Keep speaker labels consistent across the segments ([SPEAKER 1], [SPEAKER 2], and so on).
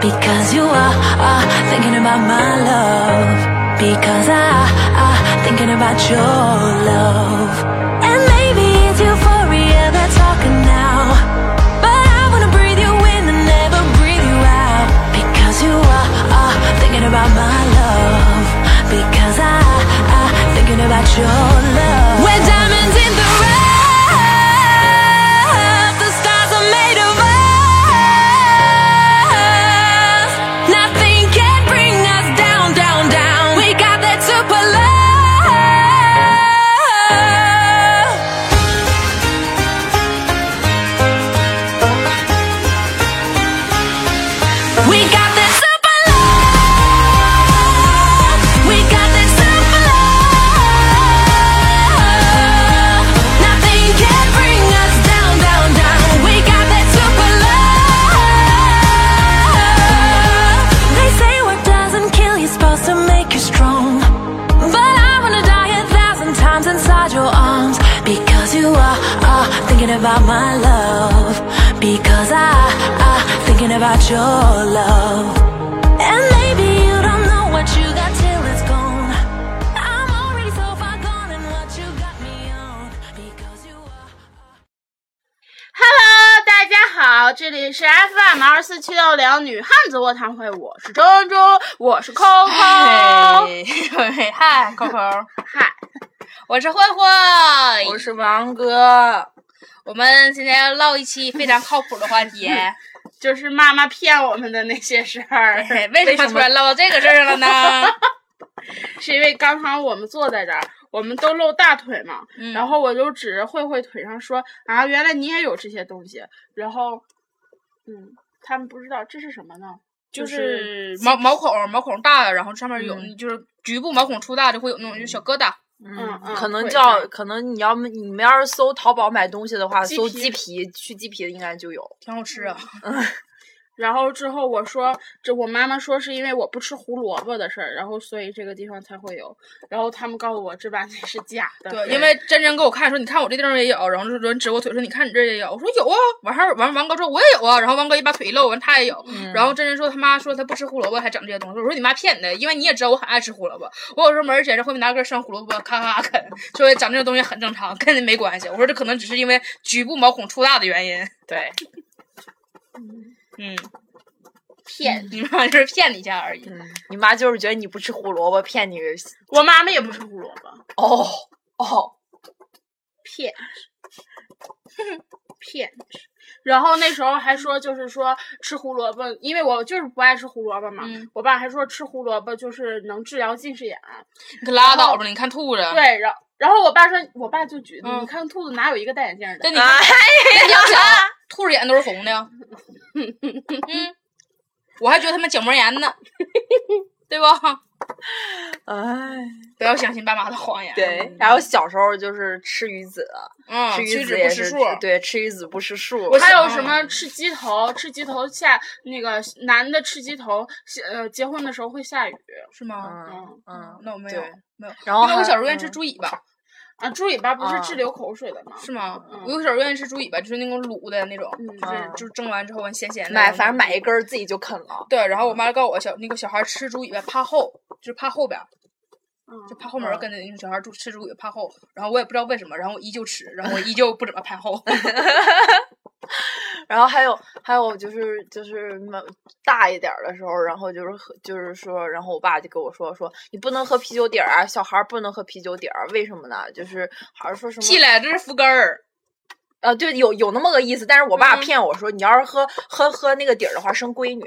[SPEAKER 1] Cause you are, are thinking about my love. Because I, are thinking about your love. And maybe it's euphoria that's talking now. But I wanna breathe you in and never breathe you out. Because you are, are thinking about my love. Because I, are thinking about your love. We're diamonds in the rough. The stars are made of us. Nothing can bring us down, down, down. We got that super love. We got that super love. We got that super love. Nothing can bring us down, down, down. We got that super love. They say what doesn't kill you's supposed to make you strong, but I wanna die a thousand times inside your arms because you are, are thinking about my love. Because I, I thinking about your love. And maybe you don't know what you got till it's gone. I'm already so far gone in what you got me on. Because you are.
[SPEAKER 2] Hello，大家好，这里是 FM 二四七六零女汉子卧谈会，我是周周，我是 Coco，
[SPEAKER 3] 嘿，嘿 嗨，扣扣，
[SPEAKER 2] 嗨，
[SPEAKER 3] 我是慧慧，
[SPEAKER 4] 我是王哥，
[SPEAKER 3] 我们今天唠一期非常靠谱的话 题。
[SPEAKER 2] 就是妈妈骗我们的那些事儿，
[SPEAKER 3] 嘿为什么突然唠到这个事儿上 了呢？
[SPEAKER 2] 是因为刚好我们坐在这儿，我们都露大腿嘛，
[SPEAKER 3] 嗯
[SPEAKER 2] 然后我就指着慧慧腿上说啊，原来你也有这些东西，然后，嗯，他们不知道这是什么呢？
[SPEAKER 3] 就
[SPEAKER 2] 就是
[SPEAKER 3] 是毛毛孔毛孔大了，然后上面有、
[SPEAKER 4] 嗯
[SPEAKER 3] 就是局部毛孔粗大，就会有那种就小疙瘩。
[SPEAKER 2] 嗯嗯
[SPEAKER 4] 可能
[SPEAKER 2] 会
[SPEAKER 4] 叫
[SPEAKER 2] 的
[SPEAKER 4] 可能你要么你们要是搜淘宝买东西的话，
[SPEAKER 2] 鸡
[SPEAKER 4] 搜
[SPEAKER 2] 皮
[SPEAKER 4] 鸡皮去鸡皮的应该就有。
[SPEAKER 3] 挺好吃啊！
[SPEAKER 2] 然后之后我说，这我妈妈说是因为我不吃胡萝卜的事儿，然后所以这个地方才会有。然后他们告诉我这完全是假的。
[SPEAKER 3] 对，因为真真给我看说，你看我这地方也有，然后就有人指我腿说，你看你这儿也有，我说有啊。完事儿完王哥说我也有啊，然后王哥一把腿一露，完他也有。
[SPEAKER 2] 嗯
[SPEAKER 3] 然后真真说他妈说他不吃胡萝卜还整这些东西，我说你妈骗你的，因为你也知道我很爱吃胡萝卜。我有时候没人闲着会拿根生胡萝卜咔咔啃，说长这种东西很正常，跟你没关系。我说这可能只是因为局部毛孔粗大的原因。
[SPEAKER 4] 对，
[SPEAKER 3] 嗯，
[SPEAKER 2] 骗
[SPEAKER 3] 你妈就是骗你一下而已。
[SPEAKER 4] 嗯，你妈就是觉得你不吃胡萝卜骗你。
[SPEAKER 2] 我妈妈也不吃胡萝卜，
[SPEAKER 4] 哦哦，
[SPEAKER 2] 骗子骗子。然后那时候还说，就是说吃胡萝卜，因为我就是不爱吃胡萝卜嘛。
[SPEAKER 3] 嗯
[SPEAKER 2] 我爸还说吃胡萝卜就是能治疗近视眼。啊
[SPEAKER 3] 你可拉倒吧，你看吐了。，
[SPEAKER 2] 对，然后然后我爸说，我爸就举例，
[SPEAKER 3] 啊嗯
[SPEAKER 2] 你看兔子哪有一个戴眼镜的？
[SPEAKER 3] 但你看，但 你要想，兔子眼都是红 的呀。嗯，我还觉得他们角膜炎呢，对吧？
[SPEAKER 4] 哎，
[SPEAKER 3] 不要相信爸妈的谎言。，
[SPEAKER 4] 对。还有小时候就是吃鱼子，
[SPEAKER 3] 嗯，
[SPEAKER 4] 吃
[SPEAKER 3] 屈
[SPEAKER 4] 鱼
[SPEAKER 3] 指
[SPEAKER 4] 子
[SPEAKER 3] 不
[SPEAKER 4] 也
[SPEAKER 3] 吃
[SPEAKER 4] 是
[SPEAKER 3] 数。
[SPEAKER 4] 对，吃鱼子不吃数。
[SPEAKER 2] 还有
[SPEAKER 3] 想啊
[SPEAKER 2] 什么吃鸡头，吃鸡头下那个男的吃鸡头，下呃，结婚的时候会下雨。
[SPEAKER 3] 是吗？
[SPEAKER 4] 嗯
[SPEAKER 2] 嗯
[SPEAKER 4] 嗯，
[SPEAKER 3] 那我没有
[SPEAKER 4] 对
[SPEAKER 3] 没有，
[SPEAKER 4] 然后
[SPEAKER 3] 因为我
[SPEAKER 4] 还
[SPEAKER 3] 小时候愿意吃
[SPEAKER 4] 嗯
[SPEAKER 3] 猪尾巴，
[SPEAKER 2] 啊，猪尾巴不是
[SPEAKER 4] 啊
[SPEAKER 2] 治流口水的吗？
[SPEAKER 3] 是吗？
[SPEAKER 2] 嗯
[SPEAKER 3] 我小时候愿意吃猪尾巴，就是那种卤的那种，
[SPEAKER 2] 嗯
[SPEAKER 3] 就是
[SPEAKER 4] 嗯
[SPEAKER 3] 就是蒸完之后完咸咸的那种。
[SPEAKER 4] 买，反正买一根嗯儿自己就啃了。
[SPEAKER 3] 对，然后我妈告诉我小那个小孩吃猪尾巴怕厚，就是怕后边儿，就怕后门儿
[SPEAKER 4] 嗯
[SPEAKER 3] 跟着那种小孩住吃猪尾巴怕厚。然后我也不知道为什么，然后我依旧吃，然后我依旧不怎么怕厚。
[SPEAKER 4] 然后还有还有就是就是买大一点儿的时候，然后就是喝就是说，然后我爸就跟我说说你不能喝啤酒底儿啊，小孩儿不能喝啤酒底儿，啊为什么呢？就是好像说什
[SPEAKER 3] 屁
[SPEAKER 4] 么
[SPEAKER 3] 嘞，这是福根儿。
[SPEAKER 4] 呃，对，有有那么个意思。但是我爸
[SPEAKER 3] 嗯
[SPEAKER 4] 骗我说，你要是喝喝喝那个底儿的话，生闺女。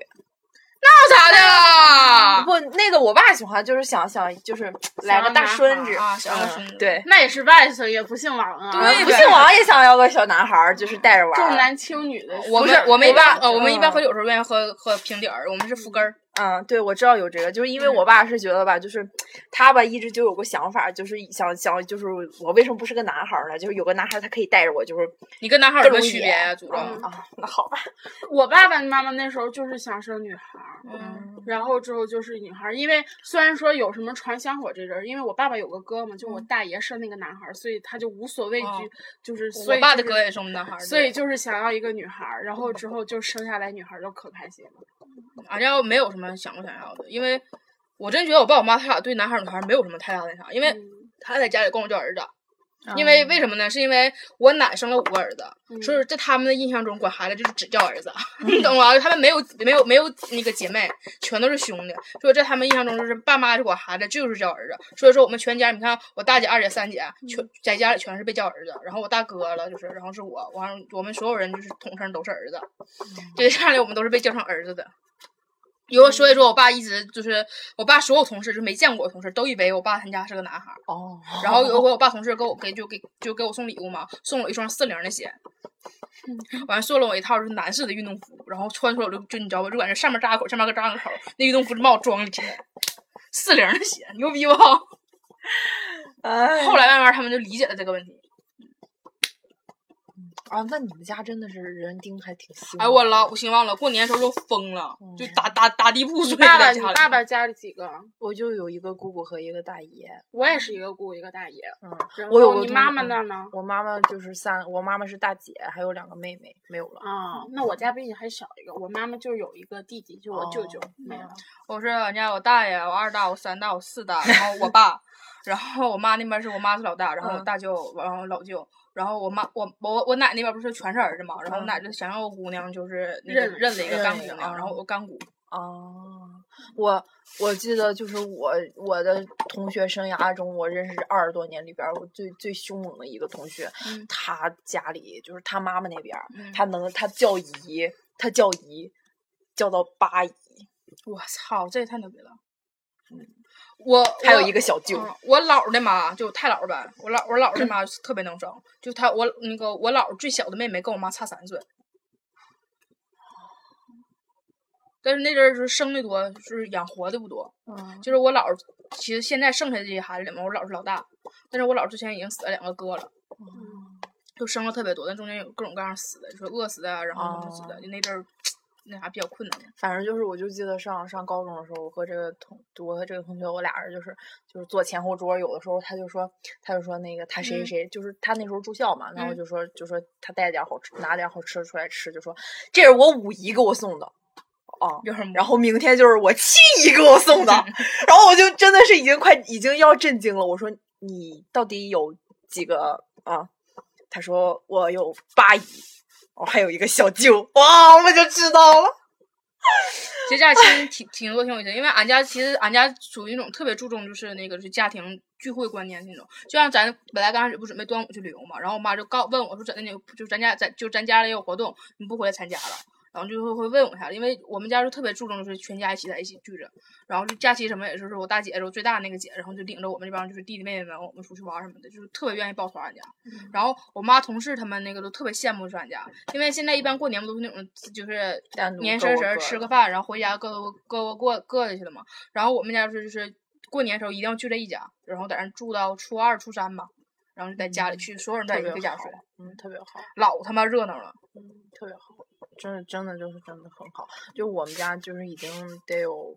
[SPEAKER 3] 那啥的啦？
[SPEAKER 4] 不，那个我爸喜欢就是想想就是来个
[SPEAKER 2] 要
[SPEAKER 4] 大
[SPEAKER 2] 男孩
[SPEAKER 4] 孙子
[SPEAKER 3] 儿啊想要
[SPEAKER 4] 嗯
[SPEAKER 3] 孙子嗯
[SPEAKER 4] 对。
[SPEAKER 2] 那也是外甥，也不姓王啊。
[SPEAKER 4] 啊
[SPEAKER 3] 对
[SPEAKER 4] 不
[SPEAKER 3] 呗
[SPEAKER 4] 姓王也想要个小男孩儿，就是带着玩儿。
[SPEAKER 2] 重男轻女的，
[SPEAKER 3] 我
[SPEAKER 4] 不
[SPEAKER 3] 们
[SPEAKER 4] 是
[SPEAKER 3] 我们一
[SPEAKER 4] 我爸
[SPEAKER 3] 般呃我们一般
[SPEAKER 4] 嗯
[SPEAKER 3] 喝酒时候愿意喝喝平底儿，我们是福根儿。
[SPEAKER 4] 嗯，对，我知道有这个，就是因为
[SPEAKER 3] 嗯
[SPEAKER 4] 我爸是觉得吧，就是他吧一直就有个想法，就是想想就是我为什么不是个男孩儿呢？就是有个男孩儿他可以带着我，就是
[SPEAKER 3] 你跟男孩儿有
[SPEAKER 4] 各
[SPEAKER 3] 什
[SPEAKER 4] 种
[SPEAKER 3] 么区别呀、祖
[SPEAKER 4] 啊
[SPEAKER 3] 宗？
[SPEAKER 4] 啊，那好吧，
[SPEAKER 2] 我爸爸妈妈那时候就是想生女孩儿，
[SPEAKER 3] 嗯
[SPEAKER 2] 然后之后就是女孩儿，因为虽然说有什么传香火这阵儿，因为我爸爸有个哥嘛，就我大爷生那个男孩儿，所以他就无所谓，
[SPEAKER 3] 嗯哦
[SPEAKER 2] 就就是所
[SPEAKER 3] 我
[SPEAKER 2] 以
[SPEAKER 3] 爸
[SPEAKER 2] 就
[SPEAKER 3] 的
[SPEAKER 2] 是
[SPEAKER 3] 哥也是我们男孩儿的，嗯
[SPEAKER 2] 所以就是想要一个女孩儿，然后之后就生下来女孩儿就可开心了。
[SPEAKER 3] 俺家没有什么想不想要的，因为我真觉得我爸我妈他俩对男孩儿女孩儿没有什么太大那啥，因为他在家里管我叫儿子。因为为什么呢？是因为我奶生了五个儿子，所以在他们的印象中，管孩子就是只叫儿子，你懂吗？他们没有没有没有那个姐妹，全都是兄弟，所以在他们印象中就是爸妈就管孩子就是叫儿子。所以说我们全家，你看我大姐、二姐、三姐，全在家里全是被叫儿子，然后我大哥了就是，然后是我，完了我们所有人就是统称都是儿子，对，下来我们都是被叫成儿子的。有，所以说我爸一直就是我爸所有同事就没见过我同事都以为我爸他家是个男孩儿。
[SPEAKER 4] 哦，
[SPEAKER 3] 然后有一回我爸同事给我给就给就给我送礼物嘛，送我一双四零的鞋，
[SPEAKER 2] 嗯
[SPEAKER 3] 完了送了我一套就是男士的运动服，然后穿出来我就就你知道吧，就感觉上面扎个口，下面个扎个口，那运动服就把我装里去了。四零的鞋，牛逼不？后
[SPEAKER 4] 哎
[SPEAKER 3] 来慢慢他们就理解了这个问题。
[SPEAKER 4] 啊，那你们家真的是人丁还挺兴
[SPEAKER 3] 哎，我
[SPEAKER 4] 的
[SPEAKER 3] 老兴旺了，过年的时候就疯了，就
[SPEAKER 4] 嗯
[SPEAKER 3] 打打打地铺
[SPEAKER 2] 你
[SPEAKER 3] 睡
[SPEAKER 2] 爸爸，
[SPEAKER 3] 在
[SPEAKER 2] 你
[SPEAKER 3] 家里。
[SPEAKER 2] 爸爸家里几个？
[SPEAKER 4] 我就有一个姑姑和一个大爷，
[SPEAKER 2] 我也是一个姑一个大爷。
[SPEAKER 4] 嗯，
[SPEAKER 2] 然
[SPEAKER 4] 我有
[SPEAKER 2] 后
[SPEAKER 4] 个
[SPEAKER 2] 你
[SPEAKER 4] 同
[SPEAKER 2] 妈妈
[SPEAKER 4] 嗯
[SPEAKER 2] 那儿呢？
[SPEAKER 4] 我妈妈就是三，我妈妈是大姐，还有两个妹妹，没有了。
[SPEAKER 2] 啊，那我家比你还小一个，我妈妈就有一个弟弟，就我舅舅
[SPEAKER 4] 哦
[SPEAKER 2] 没了。
[SPEAKER 3] 我是俺家我大爷，我二大，我三大，我四大，然后我 爸，然后我妈那边是我妈是老大，然后我
[SPEAKER 4] 嗯
[SPEAKER 3] 大舅，然后老舅，然后我妈我我我奶那边不是全是儿子嘛，然后我
[SPEAKER 4] 嗯
[SPEAKER 3] 奶就想让我姑娘就是那
[SPEAKER 2] 认
[SPEAKER 3] 个
[SPEAKER 2] 了
[SPEAKER 3] 认了一个
[SPEAKER 4] 认
[SPEAKER 3] 干
[SPEAKER 4] 了一
[SPEAKER 3] 姑
[SPEAKER 4] 个
[SPEAKER 3] 娘，然后
[SPEAKER 4] 嗯
[SPEAKER 3] 我干姑，
[SPEAKER 4] 哦，我我记得就是我我的同学生涯中，我认识二十多年里边儿，我最最凶猛的一个同学，
[SPEAKER 3] 嗯
[SPEAKER 4] 他家里就是他妈妈那边儿，
[SPEAKER 3] 嗯
[SPEAKER 4] 他能他叫姨，他叫姨，叫到八姨，
[SPEAKER 3] 我操，这也太牛逼了！我
[SPEAKER 4] 嗯还有
[SPEAKER 3] 我
[SPEAKER 4] 一个小舅，
[SPEAKER 3] 嗯我姥儿的妈就太姥儿呗，我姥我姥儿的妈特别能整，就她我那个我姥儿最小的妹妹跟我妈差三岁，但是那阵儿就是生的多，就是养活的不多。
[SPEAKER 4] 嗯
[SPEAKER 3] 就是我姥儿，其实现在剩下的这些孩子里面，我姥儿是老大，但是我姥儿之前已经死了两个哥了，
[SPEAKER 4] 嗯
[SPEAKER 3] 就生了特别多，但中间有各种各样死的，就说饿死的啊，然后什么死的，
[SPEAKER 4] 哦
[SPEAKER 3] 就那阵儿那啥比较困难。
[SPEAKER 4] 反正就是，我就记得上上高中的时候，我和这个同我和这个同学，我俩人就是就是坐前后桌，有的时候他就说他就说那个他谁谁
[SPEAKER 3] 嗯
[SPEAKER 4] 谁，就是他那时候住校嘛，然后
[SPEAKER 3] 嗯
[SPEAKER 4] 就说就说他带点儿好吃，拿点儿好吃的出来吃，就说这是我五姨给我送的。哦，
[SPEAKER 3] 有什么？
[SPEAKER 4] 然后明天就是我七姨给我 送的，然后我就真的是已经快已经要震惊了。我说你到底有几个啊？他说我有八姨，我、还有一个小舅，哇，我就知道了。
[SPEAKER 3] 其实家里亲人挺挺多挺有意思，因为俺家其实俺家属于那种特别注重就是那个就是家庭聚会观念那种，就像咱本来刚开始不准备端午去旅游嘛，然后我妈就告问我说咱那个就咱家咱就咱家里有活动，你不回来参加了。然后就会会问我一下，因为我们家就特别注重就是全家一起在一起聚着，然后就假期什么也是我大姐是我最大那个姐，然后就领着我们这帮就是弟弟妹妹们，我们出去玩儿什么的，就是特别愿意抱团儿俺家。
[SPEAKER 4] 嗯
[SPEAKER 3] 然后我妈同事他们那个都特别羡慕俺家，因为现在一般过年不都是那种就是
[SPEAKER 4] 单独
[SPEAKER 3] 年
[SPEAKER 4] 各
[SPEAKER 3] 三
[SPEAKER 4] 过
[SPEAKER 3] 十儿
[SPEAKER 4] 各
[SPEAKER 3] 吃
[SPEAKER 4] 的嗯
[SPEAKER 3] 个饭，然后回家各各各各的去了嘛。然后我们家就是就是过年的时候一定要聚在一家，然后在那儿住到初二初三吧，然后就在家里去，所有人在一
[SPEAKER 4] 嗯特
[SPEAKER 3] 个
[SPEAKER 4] 别
[SPEAKER 3] 家
[SPEAKER 4] 好
[SPEAKER 3] 睡，
[SPEAKER 4] 嗯，特别好，
[SPEAKER 3] 老他妈热闹了。
[SPEAKER 4] 嗯，特别好，真的真的就是真的很好。就我们家就是已经得有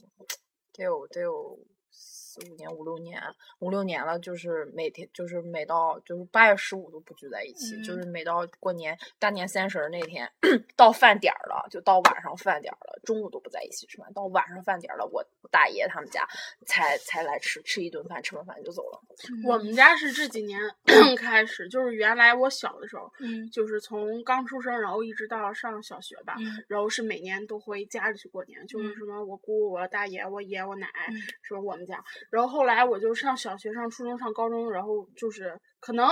[SPEAKER 4] 得有得有四五年五六年五六年了，就是每天就是每到就是八月十五都不聚在一起，就
[SPEAKER 3] 嗯
[SPEAKER 4] 是每到过年大年三十儿那天 到饭点儿了，就到晚上饭点儿了，中午都不在一起吃饭，到晚上饭点儿了，我大爷他们家才才来吃吃一顿饭，吃完饭就走了。
[SPEAKER 2] 我们家是这几年 开始，就是原来我小的时候，
[SPEAKER 3] 嗯
[SPEAKER 2] 就是从刚出生，然后一直到上小学吧，
[SPEAKER 3] 嗯
[SPEAKER 2] 然后是每年都回家里去过年，就是
[SPEAKER 3] 嗯
[SPEAKER 2] 什么我姑、我大爷、我爷、我奶
[SPEAKER 3] 嗯，
[SPEAKER 2] 什么我们家。然后后来我就上小学、上初中、上高中，然后就是可能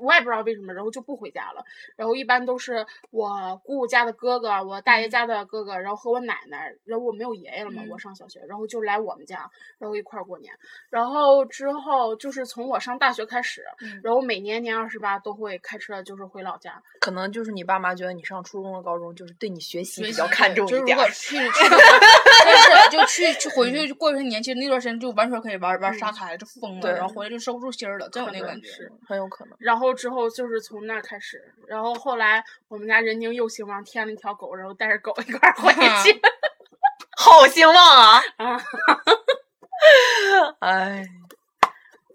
[SPEAKER 2] 我也不知道为什么，然后就不回家了。然后一般都是我姑姑家的哥哥、我大爷家的哥哥，然后和我奶奶，然后我没有爷爷了嘛，
[SPEAKER 3] 嗯
[SPEAKER 2] 我上小学，然后就来我们家，然后一块儿过年。然后之后就是从我上大学开始，
[SPEAKER 3] 嗯
[SPEAKER 2] 然后每年年二十八都会开车，就是回老家。
[SPEAKER 4] 可能就是你爸妈觉得你上初中和高中就是对你学习
[SPEAKER 3] 学
[SPEAKER 4] 比
[SPEAKER 3] 习
[SPEAKER 4] 较看重
[SPEAKER 3] 就
[SPEAKER 4] 一
[SPEAKER 3] 是
[SPEAKER 4] 点
[SPEAKER 3] 如果
[SPEAKER 4] 儿，
[SPEAKER 3] 去去到但是就去去去回去就过一些年，其实那段时间就完全可以玩玩杀开了，就疯了，
[SPEAKER 4] 嗯对
[SPEAKER 3] 然后回来就收不住心儿了，真有那个感觉。
[SPEAKER 2] 是
[SPEAKER 4] 很有可能。
[SPEAKER 2] 然后之后就是从那儿开始，然后后来我们家人丁又兴旺，添了一条狗，然后带着狗一块儿回去
[SPEAKER 4] 好兴旺啊！
[SPEAKER 2] 啊。
[SPEAKER 4] 哎，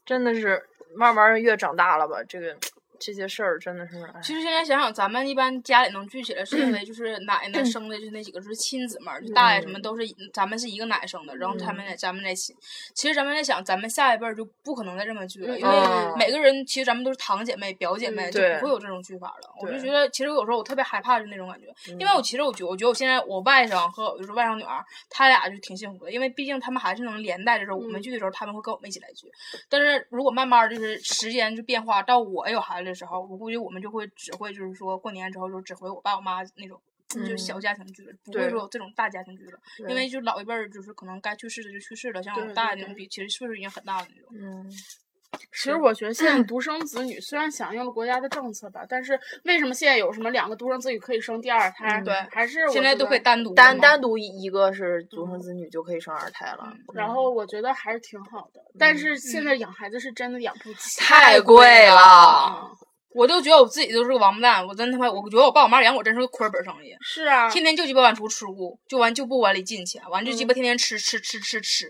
[SPEAKER 4] 真的是慢慢越长大了吧，这个这些事儿真的是，哎
[SPEAKER 3] 其实现在想想，咱们一般家里能聚起来，是因为 就是奶
[SPEAKER 4] 嗯
[SPEAKER 3] 奶生的，就是那几个就是亲姊妹儿，就大爷什么都是咱们是一个奶生的，然后他
[SPEAKER 4] 嗯
[SPEAKER 3] 们在咱们在亲。其实咱们在想，咱们下一辈儿就不可能再这么聚了，因
[SPEAKER 4] 嗯
[SPEAKER 3] 为每个人其实咱们都是堂姐妹、表姐妹，
[SPEAKER 2] 嗯
[SPEAKER 3] 就
[SPEAKER 4] 对
[SPEAKER 3] 不会有这种聚法了。我就
[SPEAKER 4] 对嗯
[SPEAKER 3] 觉得，其实有时候我特别害怕就那种感觉，因为我其实我觉我觉得我现在我外甥和我就是外甥女儿，他俩就挺幸福的，因为毕竟他们还是能连带着说我们
[SPEAKER 2] 嗯
[SPEAKER 3] 聚的时候，他们会跟我们一起来聚。但是如果慢慢儿就是时间就变化，到我有孩子的时候，我估计我们就会只会就是说过年之后就只回我爸我妈那种。
[SPEAKER 2] 嗯
[SPEAKER 3] 就是小家庭聚了，不会
[SPEAKER 4] 对
[SPEAKER 3] 说有这种大家庭聚了，因为就老一辈儿就是可能该去世的就去世了，像我
[SPEAKER 2] 对
[SPEAKER 3] 大爷
[SPEAKER 2] 对
[SPEAKER 3] 那种比，其实岁数已经很大了那种。
[SPEAKER 4] 嗯，
[SPEAKER 2] 其实我觉得现在独生子女虽然响应了国家的政策吧，但是为什么现在有什么两个独生子女可以生第二胎？
[SPEAKER 3] 嗯对
[SPEAKER 2] 还是我
[SPEAKER 3] 现在
[SPEAKER 2] 觉
[SPEAKER 3] 都可以
[SPEAKER 2] 得
[SPEAKER 3] 单独了
[SPEAKER 4] 单
[SPEAKER 3] 嘛
[SPEAKER 4] 单独一个是独生子女就可以生二胎了，
[SPEAKER 2] 然后我觉得还是挺好的，
[SPEAKER 3] 嗯
[SPEAKER 2] 但是现在养孩子是真的养不起，
[SPEAKER 4] 太贵了。
[SPEAKER 2] 嗯
[SPEAKER 3] 我都觉得我自己都是个王八蛋，我真他妈，我觉得我爸我妈养我真是个亏本生意，
[SPEAKER 2] 是啊，
[SPEAKER 3] 天天就鸡巴往出吃物，就完就不往里进去，完就鸡巴
[SPEAKER 2] 嗯
[SPEAKER 3] 天天吃吃吃吃吃，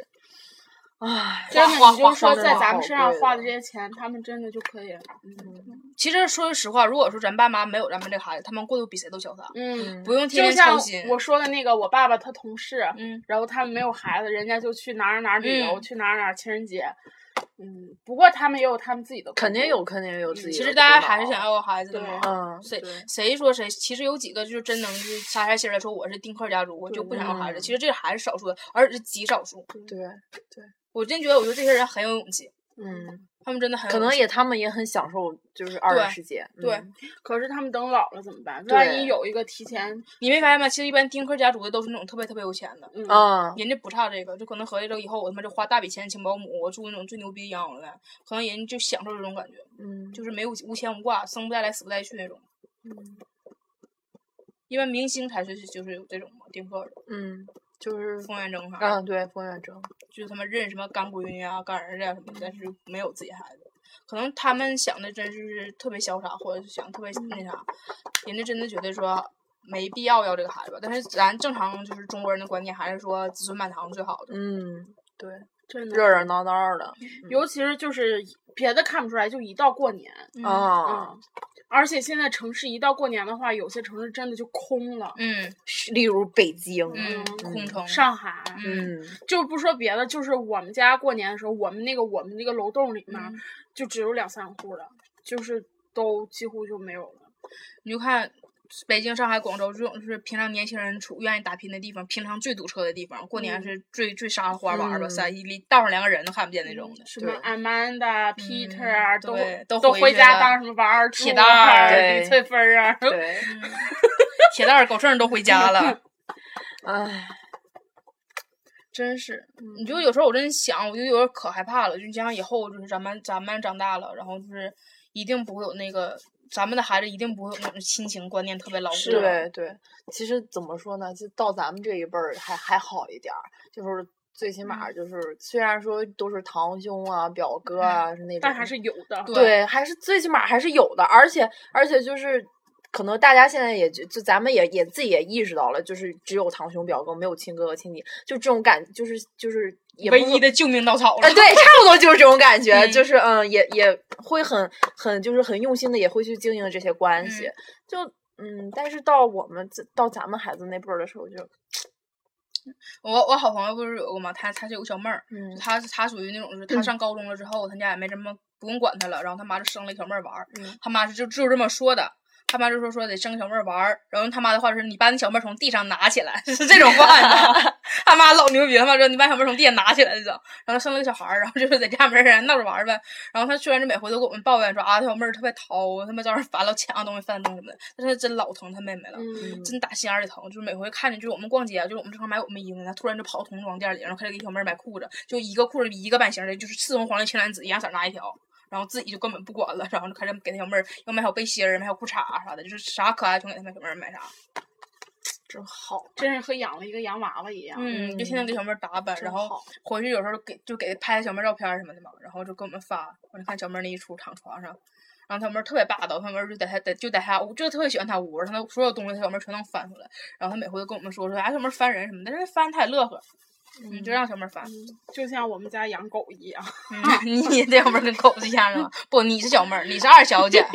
[SPEAKER 4] 唉，
[SPEAKER 2] 真的，
[SPEAKER 3] 花
[SPEAKER 2] 你就
[SPEAKER 3] 花
[SPEAKER 2] 说
[SPEAKER 3] 花
[SPEAKER 2] 在咱
[SPEAKER 3] 花
[SPEAKER 4] 好
[SPEAKER 2] 们身上
[SPEAKER 4] 贵
[SPEAKER 2] 花
[SPEAKER 4] 了
[SPEAKER 2] 的这些钱，他们真的就可以了。嗯
[SPEAKER 3] 其实说实话，如果说咱爸妈没有咱们这孩子，他们过得比谁都潇洒，
[SPEAKER 2] 嗯，
[SPEAKER 3] 不用天
[SPEAKER 2] 就
[SPEAKER 3] 天操
[SPEAKER 2] 像
[SPEAKER 3] 心。
[SPEAKER 2] 我说的那个，我爸爸他同事，
[SPEAKER 3] 嗯，
[SPEAKER 2] 然后他们没有孩子，人家就去哪儿哪儿旅游，
[SPEAKER 3] 嗯
[SPEAKER 2] 去哪儿哪儿情人节。嗯，不过他们也有他们自己的，
[SPEAKER 4] 肯定有，。肯定有自己的
[SPEAKER 3] 其实大家还是
[SPEAKER 4] 苦恼
[SPEAKER 3] 想要个孩子的嘛。
[SPEAKER 4] 嗯，
[SPEAKER 3] 谁
[SPEAKER 2] 对
[SPEAKER 3] 谁说谁？其实有几个就是真能就是下下心来说我是丁克家族，我就不想要孩子。
[SPEAKER 4] 嗯
[SPEAKER 3] 其实这还是少数的，而且是极少数。
[SPEAKER 4] 对，
[SPEAKER 3] 我真觉得，我觉得这些人很有勇气，
[SPEAKER 4] 嗯，
[SPEAKER 3] 他们真的很有
[SPEAKER 4] 可
[SPEAKER 3] 勇
[SPEAKER 4] 能
[SPEAKER 3] 气
[SPEAKER 4] 也他们也很享受，就是二人
[SPEAKER 3] 对
[SPEAKER 4] 世界，
[SPEAKER 3] 对
[SPEAKER 4] 嗯
[SPEAKER 2] 可是他们等老了怎么办？万
[SPEAKER 4] 对
[SPEAKER 2] 一有一个提前，
[SPEAKER 3] 你没发现吗？其实一般丁克家族的都是那种特别特别有钱的，
[SPEAKER 2] 嗯，
[SPEAKER 4] 嗯，
[SPEAKER 3] 人家不差这个，就可能合计着以后我他妈就花大笔钱请保姆，我住那种最牛逼的养老院，可能人家就享受这种感觉，
[SPEAKER 4] 嗯
[SPEAKER 3] 就是没有无牵无挂，生不带来死不带去那种。一般明星才是就是有这种嘛，丁克的，
[SPEAKER 4] 嗯，就是
[SPEAKER 3] 冯远征啥的，
[SPEAKER 4] 嗯，对，冯远征，
[SPEAKER 3] 就是他们认什么干闺女啊、干儿子啊什么的，但是没有自己孩子。可能他们想的真是特别潇洒，或者是想特别那啥，人家真的觉得说没必要要这个孩子吧。但是咱正常就是中国人的观念还是说子孙满堂最好的。
[SPEAKER 4] 嗯，对，
[SPEAKER 2] 真的
[SPEAKER 4] 热热闹闹的
[SPEAKER 2] 尤其是就是别的看不出来，就一到过年，
[SPEAKER 4] 啊，
[SPEAKER 2] 嗯，而且现在城市一到过年的话，有些城市真的就空了，
[SPEAKER 3] 嗯
[SPEAKER 4] 是例如北京，
[SPEAKER 3] 嗯，空城。
[SPEAKER 2] 上海，
[SPEAKER 3] 嗯，
[SPEAKER 4] 嗯，
[SPEAKER 2] 就不说别的，就是我们家过年的时候，我们那个我们那个楼栋里面、
[SPEAKER 4] 嗯
[SPEAKER 2] 就只有两三户了，就是都几乎就没有了。
[SPEAKER 3] 你就看北京、上海、广州这种就是平常年轻人出愿意打拼的地方，平常最堵车的地方，过年
[SPEAKER 2] 嗯
[SPEAKER 3] 是最、最杀花玩儿吧，
[SPEAKER 4] 嗯
[SPEAKER 3] 三一离道上连个人都看不见那种的。
[SPEAKER 2] 嗯什么
[SPEAKER 4] 对
[SPEAKER 2] Amanda、Peter 啊，都
[SPEAKER 3] 对
[SPEAKER 2] 都
[SPEAKER 3] 都回
[SPEAKER 2] 回
[SPEAKER 3] 去
[SPEAKER 2] 家
[SPEAKER 3] 了
[SPEAKER 2] 当什么玩儿
[SPEAKER 3] 铁
[SPEAKER 2] 猪
[SPEAKER 3] 蛋
[SPEAKER 2] 啊
[SPEAKER 3] 儿
[SPEAKER 2] 李翠芬儿啊，
[SPEAKER 4] 对，
[SPEAKER 3] 铁蛋儿、狗剩儿都回家了。
[SPEAKER 4] 唉，
[SPEAKER 3] 真是，你就有时候我真想，我就有点可害怕了。就你想想以后，就是咱们咱们长大了，然后就是一定不会有那个，咱们的孩子一定不会有那种亲情观念特别牢 固。
[SPEAKER 2] 是
[SPEAKER 4] 对对，其实怎么说呢，就到咱们这一辈儿还还好一点儿，就是最起码
[SPEAKER 2] 嗯
[SPEAKER 4] 就是虽然说都是堂兄啊、表哥啊是那种，
[SPEAKER 2] 但还是有的。
[SPEAKER 3] 对
[SPEAKER 4] 对，还是最起码还是有的，而且而且就是。可能大家现在也就就咱们也也自己也意识到了，就是只有堂兄表哥，没有亲哥哥亲弟，就这种感，就是就是也不
[SPEAKER 3] 唯
[SPEAKER 4] 是
[SPEAKER 3] 一的 救命稻草了。
[SPEAKER 4] 啊，对，差不多就是这种感觉，
[SPEAKER 3] 嗯
[SPEAKER 4] 就是嗯，也也会很很就是很用心的，也会去经营这些关系，就嗯，但是到我们这到咱们孩子那辈儿的时候就，
[SPEAKER 3] 我我好朋友不是有个嘛，她她是有个小妹儿，
[SPEAKER 4] 嗯
[SPEAKER 3] 她她属于那种是她上高中了之后，她家也没什么不用管她了，然后她妈就生了一小妹儿玩儿，
[SPEAKER 4] 嗯
[SPEAKER 3] 她妈是就就这么说的。她妈就说说得生个小妹儿玩儿，然后她妈的话就是你把那小妹儿从地上拿起来， 是这种话，你知道吗？她妈老牛逼，她妈说你把小妹儿从地上拿起来就走。然后生了个小孩儿，然后就是在家没人闹着玩儿呗。然后她虽然是每回都跟我们抱怨说啊，她小妹儿特别淘，他妈招人烦了，抢东西翻东西什么的，但是真老疼她妹妹了。
[SPEAKER 2] 嗯，
[SPEAKER 3] 真打心眼儿里疼，就是每回看见，就是我们逛街啊，就是我们正常买我们衣服呢，他突然就跑到童装店里，然后开始给小妹儿买裤子，就一个裤子一个版型的，就是赤红黄绿青蓝紫一样色儿拿一条，然后自己就根本不管了，然后就开始啊给他小妹儿要买小背心儿，买小裤衩儿啥的，就是啥可爱全给他们小妹儿买啥。
[SPEAKER 2] 真好，真是和养了一个洋娃娃一样。
[SPEAKER 3] 嗯，就天天给小妹儿打扮，
[SPEAKER 2] 真
[SPEAKER 3] 然后
[SPEAKER 2] 好
[SPEAKER 3] 回去有时候给就给她拍小妹儿照片儿什么的嘛，然后就给我们发。我就看小妹儿那一出躺床上，然后小妹儿特别霸道，小妹儿就在她在就在她屋，就特别喜欢她屋，然后她所有东西小妹儿全能翻出来，然后她每回都跟我们说说，哎，小妹儿翻人什么的，但是翻她也乐呵，嗯，就让小妹儿翻。
[SPEAKER 2] 就像我们家养狗一样。
[SPEAKER 3] 嗯， 你也这样不是跟狗子一样啊？不，你是小妹儿，你是二小姐。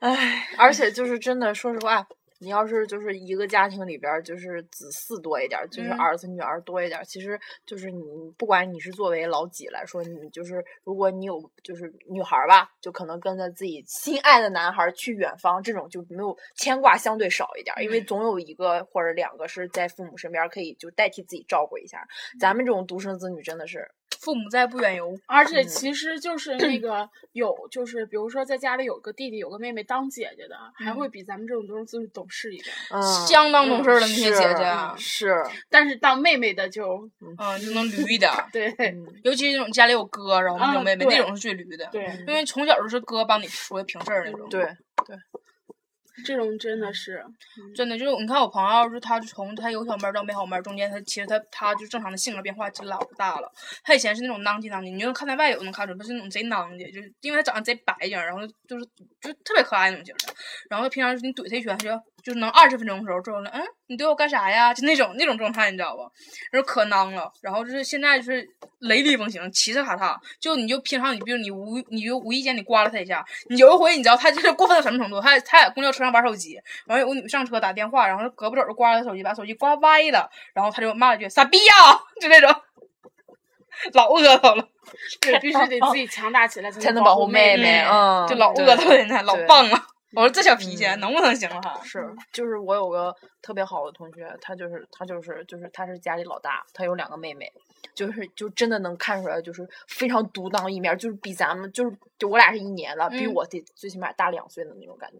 [SPEAKER 4] 唉，而且就是真的，说实话，你要是就是一个家庭里边儿就是子嗣多一点儿，就是
[SPEAKER 3] 嗯
[SPEAKER 4] 儿子女儿多一点儿，其实就是你不管你是作为老几来说，你就是如果你有就是女孩儿吧，就可能跟着自己心爱的男孩儿去远方，这种就没有牵挂相对少一点儿，因为
[SPEAKER 3] 嗯
[SPEAKER 4] 总有一个或者两个是在父母身边儿可以就代替自己照顾一下儿。咱们这种独生子女真的是，
[SPEAKER 3] 父母在，不远游。
[SPEAKER 2] 而且
[SPEAKER 4] 嗯
[SPEAKER 2] 其实就是那个有，就是比如说在家里有个弟弟有个妹妹当姐姐的，还会比咱们这种都是自己懂事一点。
[SPEAKER 4] 嗯，
[SPEAKER 3] 相当懂事儿的那些
[SPEAKER 4] 是嗯
[SPEAKER 3] 姐姐啊
[SPEAKER 4] 是，
[SPEAKER 2] 但是当妹妹的就
[SPEAKER 3] 嗯，就能驴一点儿。
[SPEAKER 2] 对
[SPEAKER 4] 嗯
[SPEAKER 3] 尤其是那种家里有哥，然后没有
[SPEAKER 2] 啊
[SPEAKER 3] 妹妹，
[SPEAKER 2] 对
[SPEAKER 3] 那种是最驴的。
[SPEAKER 2] 对
[SPEAKER 3] 因为从小就是哥帮你说平事儿那种。，
[SPEAKER 4] 嗯对，
[SPEAKER 2] 这种真的是
[SPEAKER 3] 真的就是你看我朋友，就他就从他有小妹儿到没好妹儿中间，他其实他他就正常的性格变化真老大了。他以前是那种囊叽囊叽，你就能看他外表能看出来，他是那种贼囊叽，就是因为他长得贼白净儿，然后就是就特别可爱那种型儿的。然后平常你怼他一拳，他就就是能二十分钟的时候之后呢，嗯，你怼我干啥呀？就那种那种状态，你知道吧？然后可囊了，然后就是现在就是雷厉风行，骑着卡踏。就你就平常你比如你无你就无意间你刮了他一下，你有一回你知道他就是过分到什么程度？他他在公交车上玩手机，完有个女上车打电话，然后胳膊肘儿就刮了他手机，把手机刮歪了，然后他就骂了一句“傻逼呀”， 就那种，老恶头了，
[SPEAKER 2] 对，必须得自己强大起来
[SPEAKER 4] 才
[SPEAKER 2] 才
[SPEAKER 4] 能
[SPEAKER 2] 能
[SPEAKER 4] 保护
[SPEAKER 2] 护
[SPEAKER 4] 妹妹
[SPEAKER 2] 妹。
[SPEAKER 4] 嗯，
[SPEAKER 3] 就老恶
[SPEAKER 4] 对
[SPEAKER 3] 头了，现在老
[SPEAKER 4] 对
[SPEAKER 3] 棒了。我说这小脾气
[SPEAKER 4] 嗯
[SPEAKER 3] 能不能行了哈？
[SPEAKER 4] 是，就是我有个特别好的同学，他就是他就是就是他是家里老大，他有两个妹妹，就是就真的能看出来，就是非常独当一面儿，就是比咱们就是就我俩是一年的，比
[SPEAKER 3] 嗯
[SPEAKER 4] 我得最起码大两岁的那种感觉，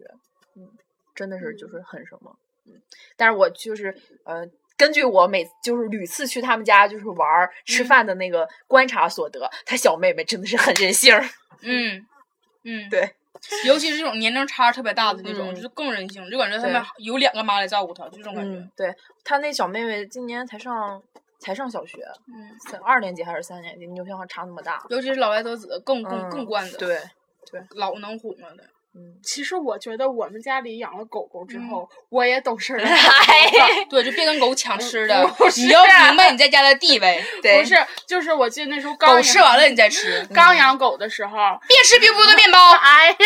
[SPEAKER 4] 嗯，真的是就是很什么，嗯，但是我就是呃。根据我每就是屡次去他们家就是玩儿吃
[SPEAKER 3] 嗯
[SPEAKER 4] 饭的那个观察所得，他小妹妹真的是很任性儿，
[SPEAKER 3] 嗯嗯，
[SPEAKER 4] 对，
[SPEAKER 3] 尤其是这种年龄差特别大的那种，
[SPEAKER 4] 嗯
[SPEAKER 3] 就是更任性，就感觉他
[SPEAKER 4] 对
[SPEAKER 3] 们有两个妈来照顾他，就这种感觉。
[SPEAKER 4] 嗯，对他那小妹妹今年才上才上小学，
[SPEAKER 3] 嗯，
[SPEAKER 4] 三二年级还是三年级，你就像差那么大。
[SPEAKER 3] 尤其是老来得子，更更
[SPEAKER 4] 嗯
[SPEAKER 3] 更惯着，
[SPEAKER 4] 对，
[SPEAKER 3] 老能哄了的。
[SPEAKER 4] 嗯，
[SPEAKER 2] 其实我觉得我们家里养了狗狗之
[SPEAKER 3] 嗯哎
[SPEAKER 2] 后，我也懂事儿 了。
[SPEAKER 3] 对，就别跟狗抢吃的，
[SPEAKER 4] 嗯
[SPEAKER 2] 不是
[SPEAKER 3] 你要
[SPEAKER 4] 啊
[SPEAKER 3] 明白你在家的地位。
[SPEAKER 4] 对
[SPEAKER 2] 不是，就是我记得那时候刚
[SPEAKER 3] 狗嗯吃
[SPEAKER 2] 养
[SPEAKER 3] 完了你再
[SPEAKER 4] 嗯
[SPEAKER 3] 吃，
[SPEAKER 2] 刚养狗的时候，
[SPEAKER 3] 别吃冰波的面包。
[SPEAKER 2] 哎呀，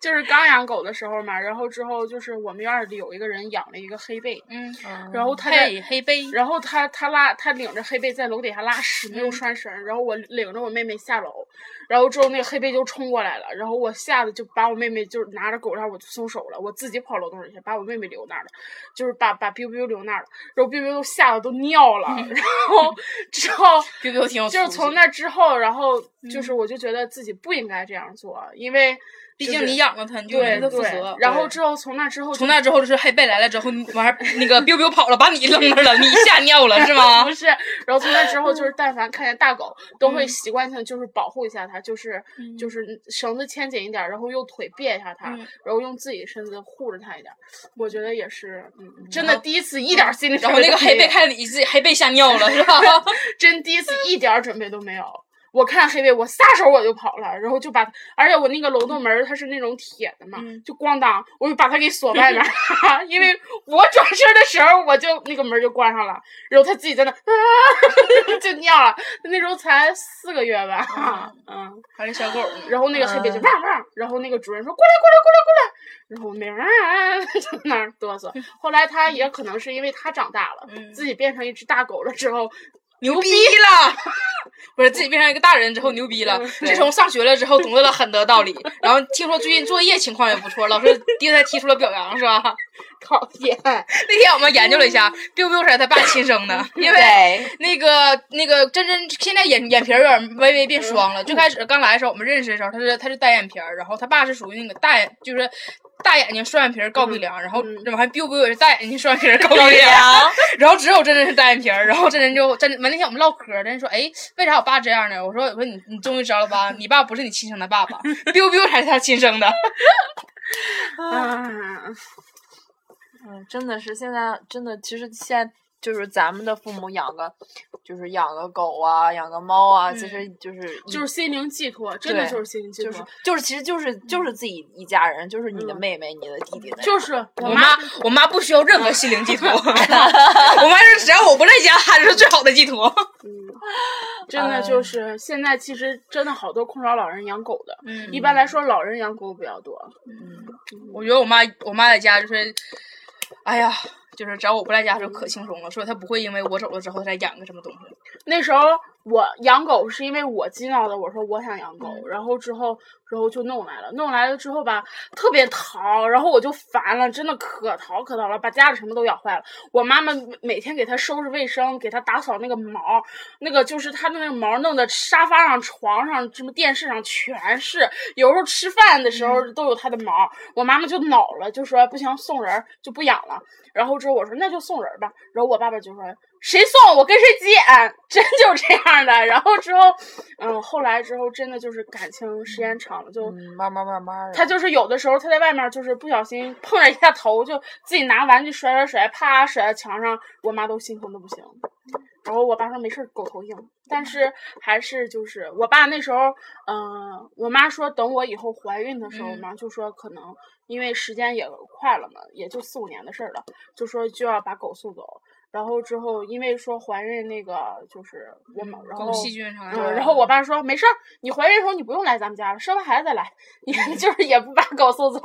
[SPEAKER 2] 就是刚养狗的时候嘛，然后之后就是我们院儿里有一个人养了一个黑背，
[SPEAKER 3] 嗯，
[SPEAKER 2] 然后他在
[SPEAKER 3] 黑黑杯，
[SPEAKER 2] 然后他他拉他领着黑贝在楼底下拉屎，没有
[SPEAKER 3] 嗯
[SPEAKER 2] 拴绳儿，然后我领着我妹妹下楼，然后之后那个黑贝就冲过来了，然后我吓得就把我妹妹就拿着狗链我就松手了，我自己跑楼洞里去，把我妹妹留那儿了，就是把把 biu biu 留那儿了，然后 biu biu 都吓得都尿了，
[SPEAKER 3] 嗯
[SPEAKER 2] 然 后之后
[SPEAKER 3] 冰冰挺有出息，
[SPEAKER 2] 就是从那之后，然后就是我就觉得自己不应该这样做，因为
[SPEAKER 3] 嗯毕
[SPEAKER 2] 就
[SPEAKER 3] 竟
[SPEAKER 2] 是
[SPEAKER 3] 你养了它，你就
[SPEAKER 2] 对
[SPEAKER 3] 对它负
[SPEAKER 2] 对
[SPEAKER 3] 责，。
[SPEAKER 2] 然后
[SPEAKER 3] 对
[SPEAKER 2] 之后从那之后就
[SPEAKER 3] 从那之后就是黑贝来了之后，你 完事儿那个 biu biu 跑了，把你扔那儿了，你吓尿了是 吗
[SPEAKER 2] 不？是， 然后从那之后就是，但凡看见大狗，都会
[SPEAKER 3] 哦嗯
[SPEAKER 2] 习惯性就是保护一下它，就是就是绳子牵紧一点儿，然后用腿别一下它，
[SPEAKER 3] 嗯
[SPEAKER 2] 然后用自己身子护着它一点儿。我觉得也是，嗯，真的第一次一点儿心理
[SPEAKER 3] 然
[SPEAKER 2] 准
[SPEAKER 3] 后
[SPEAKER 2] 备
[SPEAKER 3] 那
[SPEAKER 2] 都没有，
[SPEAKER 3] 个黑贝看你自己黑贝吓尿了是吧？
[SPEAKER 2] 真第一次一点儿准备都没有。我看黑贝，我撒手我就跑了，然后就把，而且我那个楼栋门儿它是那种铁的嘛，
[SPEAKER 3] 嗯
[SPEAKER 2] 就咣当，我就把它给锁外面儿， 因为我转身的时候我就那个门儿就关上了，然后它自己在那 啊就尿了，那时候才四个月吧，嗯，
[SPEAKER 3] 还是小狗呢？
[SPEAKER 2] 然后那个黑贝就
[SPEAKER 4] 嗯
[SPEAKER 2] 汪汪，然后那个主人说过来过来过来过来，然后我没啊就那儿 哆嗦，后来它也可能是因为它长大了，
[SPEAKER 3] 嗯
[SPEAKER 2] 自己变成一只大狗了之后，
[SPEAKER 3] 牛逼了！不是自己变成一个大人之后牛逼了
[SPEAKER 2] 嗯，
[SPEAKER 3] 自从上学了之后懂得了很多道理，然后听说最近作业情况也不错，老师对他提出了表扬是吧？嗯
[SPEAKER 2] 讨厌。
[SPEAKER 3] 那天我们研究了一下，biu biu 是他爸亲生 的，因为
[SPEAKER 4] 对，
[SPEAKER 3] 那个那个真真现在眼眼皮儿有点微微变双了。最开始刚来的时候，我们认识的时候，他是他是单眼皮儿，然后他爸是属于那个大眼，就是大眼睛双眼皮儿高鼻梁，然后
[SPEAKER 2] 嗯
[SPEAKER 3] 然后还 biu biu 也是大眼睛双眼皮儿高鼻梁，然后只有真真是单眼皮儿，然后真真就真完那天我们唠嗑，真真说哎为啥我爸这样呢？我说我说你你终于知道了吧，你爸不是你亲生的爸爸，biu biu 才是他亲生的。
[SPEAKER 2] 啊，
[SPEAKER 4] 嗯，真的是现在真的，其实现在就是咱们的父母养个，就是养个狗啊，养个猫啊，其
[SPEAKER 3] 嗯
[SPEAKER 4] 实就是
[SPEAKER 2] 就是心灵寄托，真的
[SPEAKER 4] 对
[SPEAKER 2] 就是心灵寄
[SPEAKER 4] 就
[SPEAKER 2] 托。
[SPEAKER 4] 是就是其实就是
[SPEAKER 3] 嗯
[SPEAKER 4] 就是自己一家人，就是你的
[SPEAKER 2] 嗯
[SPEAKER 4] 妹妹、你的弟弟那种。
[SPEAKER 2] 就是我
[SPEAKER 3] 我妈，我妈不需要任何心灵寄托， 我妈是只要我不在家，她就是最好的寄托。
[SPEAKER 2] 真的就是现在，其实真的好多空巢老人养狗的。
[SPEAKER 3] 嗯
[SPEAKER 2] 一般来说，老人养狗比较多。
[SPEAKER 3] 我觉得我妈，我妈在家就是，哎呀，就是只要我不在家就可轻松了，所以她不会因为我走了之后再养个什么东西。
[SPEAKER 2] 那时候我养狗是因为我激闹的，我说我想养狗，然后之后之后就弄来了，弄来了之后吧，特别淘，然后我就烦了，真的可淘可淘了，把家里什么都咬坏了。我妈妈每天给它收拾卫生，给它打扫那个毛，那个就是它那个毛弄的沙发上、床上、什么电视上全是，有时候吃饭的时候都有它的毛。我妈妈就恼了，就说不行，送人儿就不养了。然后之后我说那就送人儿吧，然后我爸爸就说谁送我跟谁急眼，真就是这样的。然后之后，嗯，后来之后真的就是感情时间长了就。
[SPEAKER 4] 嗯，慢慢慢慢的，
[SPEAKER 2] 他就是有的时候他在外面就是不小心碰了一下头，就自己拿玩具甩甩甩，啪甩在墙上，我妈都心疼的不行。然后我爸说没事儿，狗头硬，但是还是就是我爸那时候，嗯、我妈说等我以后怀孕的时候
[SPEAKER 3] 嗯
[SPEAKER 2] 嘛，就说可能因为时间也快了嘛，也就四五年的事儿了，就说就要把狗送走。然后之后因为说怀孕那个就是我妈，然
[SPEAKER 4] 哦
[SPEAKER 2] 后
[SPEAKER 3] 嗯狗细菌啥
[SPEAKER 2] 嗯，
[SPEAKER 3] 的。
[SPEAKER 2] 然后我爸说没事儿，你怀孕的时候你不用来咱们家了，生完孩子再来，你 就是也不把狗送走。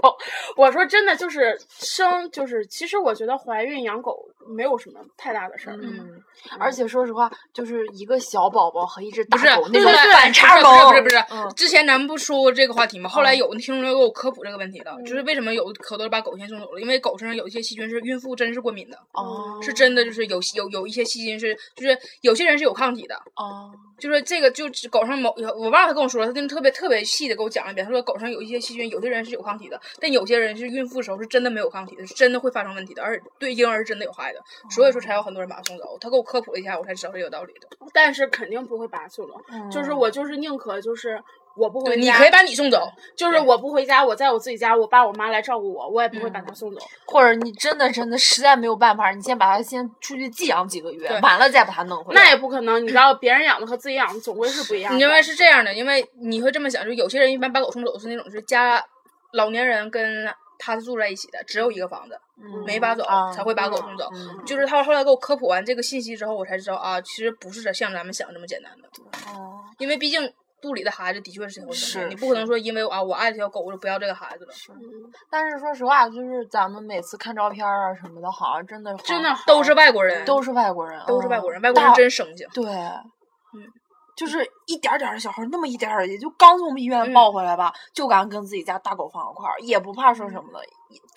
[SPEAKER 2] 我说真的，就是生就是，其实我觉得怀孕养狗没有什么太大的事儿。
[SPEAKER 4] 嗯，而且说实话，就是一个小宝宝和一只大
[SPEAKER 3] 不是，
[SPEAKER 4] 狗那
[SPEAKER 3] 对
[SPEAKER 4] 种
[SPEAKER 3] 对对
[SPEAKER 4] 反差
[SPEAKER 3] 不
[SPEAKER 4] 萌，
[SPEAKER 3] 是不是不是不
[SPEAKER 4] 嗯
[SPEAKER 3] 是，之前咱们不说过这个话题吗？后来有听众给我科普这个问题的，
[SPEAKER 4] 嗯
[SPEAKER 3] 就是为什么有可多人把狗先送走了，因为狗身上有一些细菌是孕妇真是过敏的，
[SPEAKER 4] 哦
[SPEAKER 3] 是真的就是有有有一些细菌是就是有些人是有抗体的，
[SPEAKER 4] 哦，
[SPEAKER 3] 就是这个就只狗上某我忘了他跟我说了，他真的特别特别细的给我讲了一遍，他说狗上有一些细菌，有些人是有抗体的，但有些人是孕妇的时候是真的没有抗体的，是真的会发生问题的，而且对婴儿是真的有害的，
[SPEAKER 2] 哦
[SPEAKER 3] 所以说才有很多人把它送走。他给我科普了一下，我才知道是有道理的。
[SPEAKER 2] 但是肯定不会把它送走，就是我就是宁可就是我不
[SPEAKER 3] 哦对，
[SPEAKER 2] 回
[SPEAKER 3] 你
[SPEAKER 2] 家，
[SPEAKER 3] 可以把你送走，
[SPEAKER 2] 就是我不回家，我在我自己家，我爸我妈来照顾我，我也不会把
[SPEAKER 3] 嗯
[SPEAKER 2] 它送走。
[SPEAKER 4] 或者你真的真的实在没有办法，你先把它先出去寄养几个月，
[SPEAKER 3] 对
[SPEAKER 4] 完了再把它弄回来。
[SPEAKER 2] 那也不可能，你知道别人养的和自己养的总归是不一样的。
[SPEAKER 3] 因为是这样的，因为你会这么想，就是有些人一般把狗送走是那种是家老年人跟他住在一起的，只有一个房子，
[SPEAKER 2] 嗯
[SPEAKER 3] 没把走、
[SPEAKER 4] 啊
[SPEAKER 3] 才会把狗送走。
[SPEAKER 4] 嗯
[SPEAKER 3] 就是他后来给我科普完这个信息之后，我才知道啊，其实不是像咱们想的这么简单的，
[SPEAKER 4] 哦
[SPEAKER 3] 因为毕竟肚里的孩子的确是有什么，
[SPEAKER 4] 是
[SPEAKER 3] 你不可能说因为啊我爱这条狗我就不要这个孩子了，
[SPEAKER 4] 但是说实话，就是咱们每次看照片啊什么的，好像真的
[SPEAKER 2] 真的好
[SPEAKER 3] 都是外国人，
[SPEAKER 4] 啊都是外国人，
[SPEAKER 3] 都是外国人，外国
[SPEAKER 4] 大
[SPEAKER 3] 人嗯真生性。
[SPEAKER 4] 对，就是一点儿点儿的小孩儿，那么一点儿点儿，也就刚从医
[SPEAKER 3] 嗯
[SPEAKER 4] 院抱回来吧，就敢跟自己家大狗放一块儿，也不怕
[SPEAKER 3] 嗯
[SPEAKER 4] 说什么的。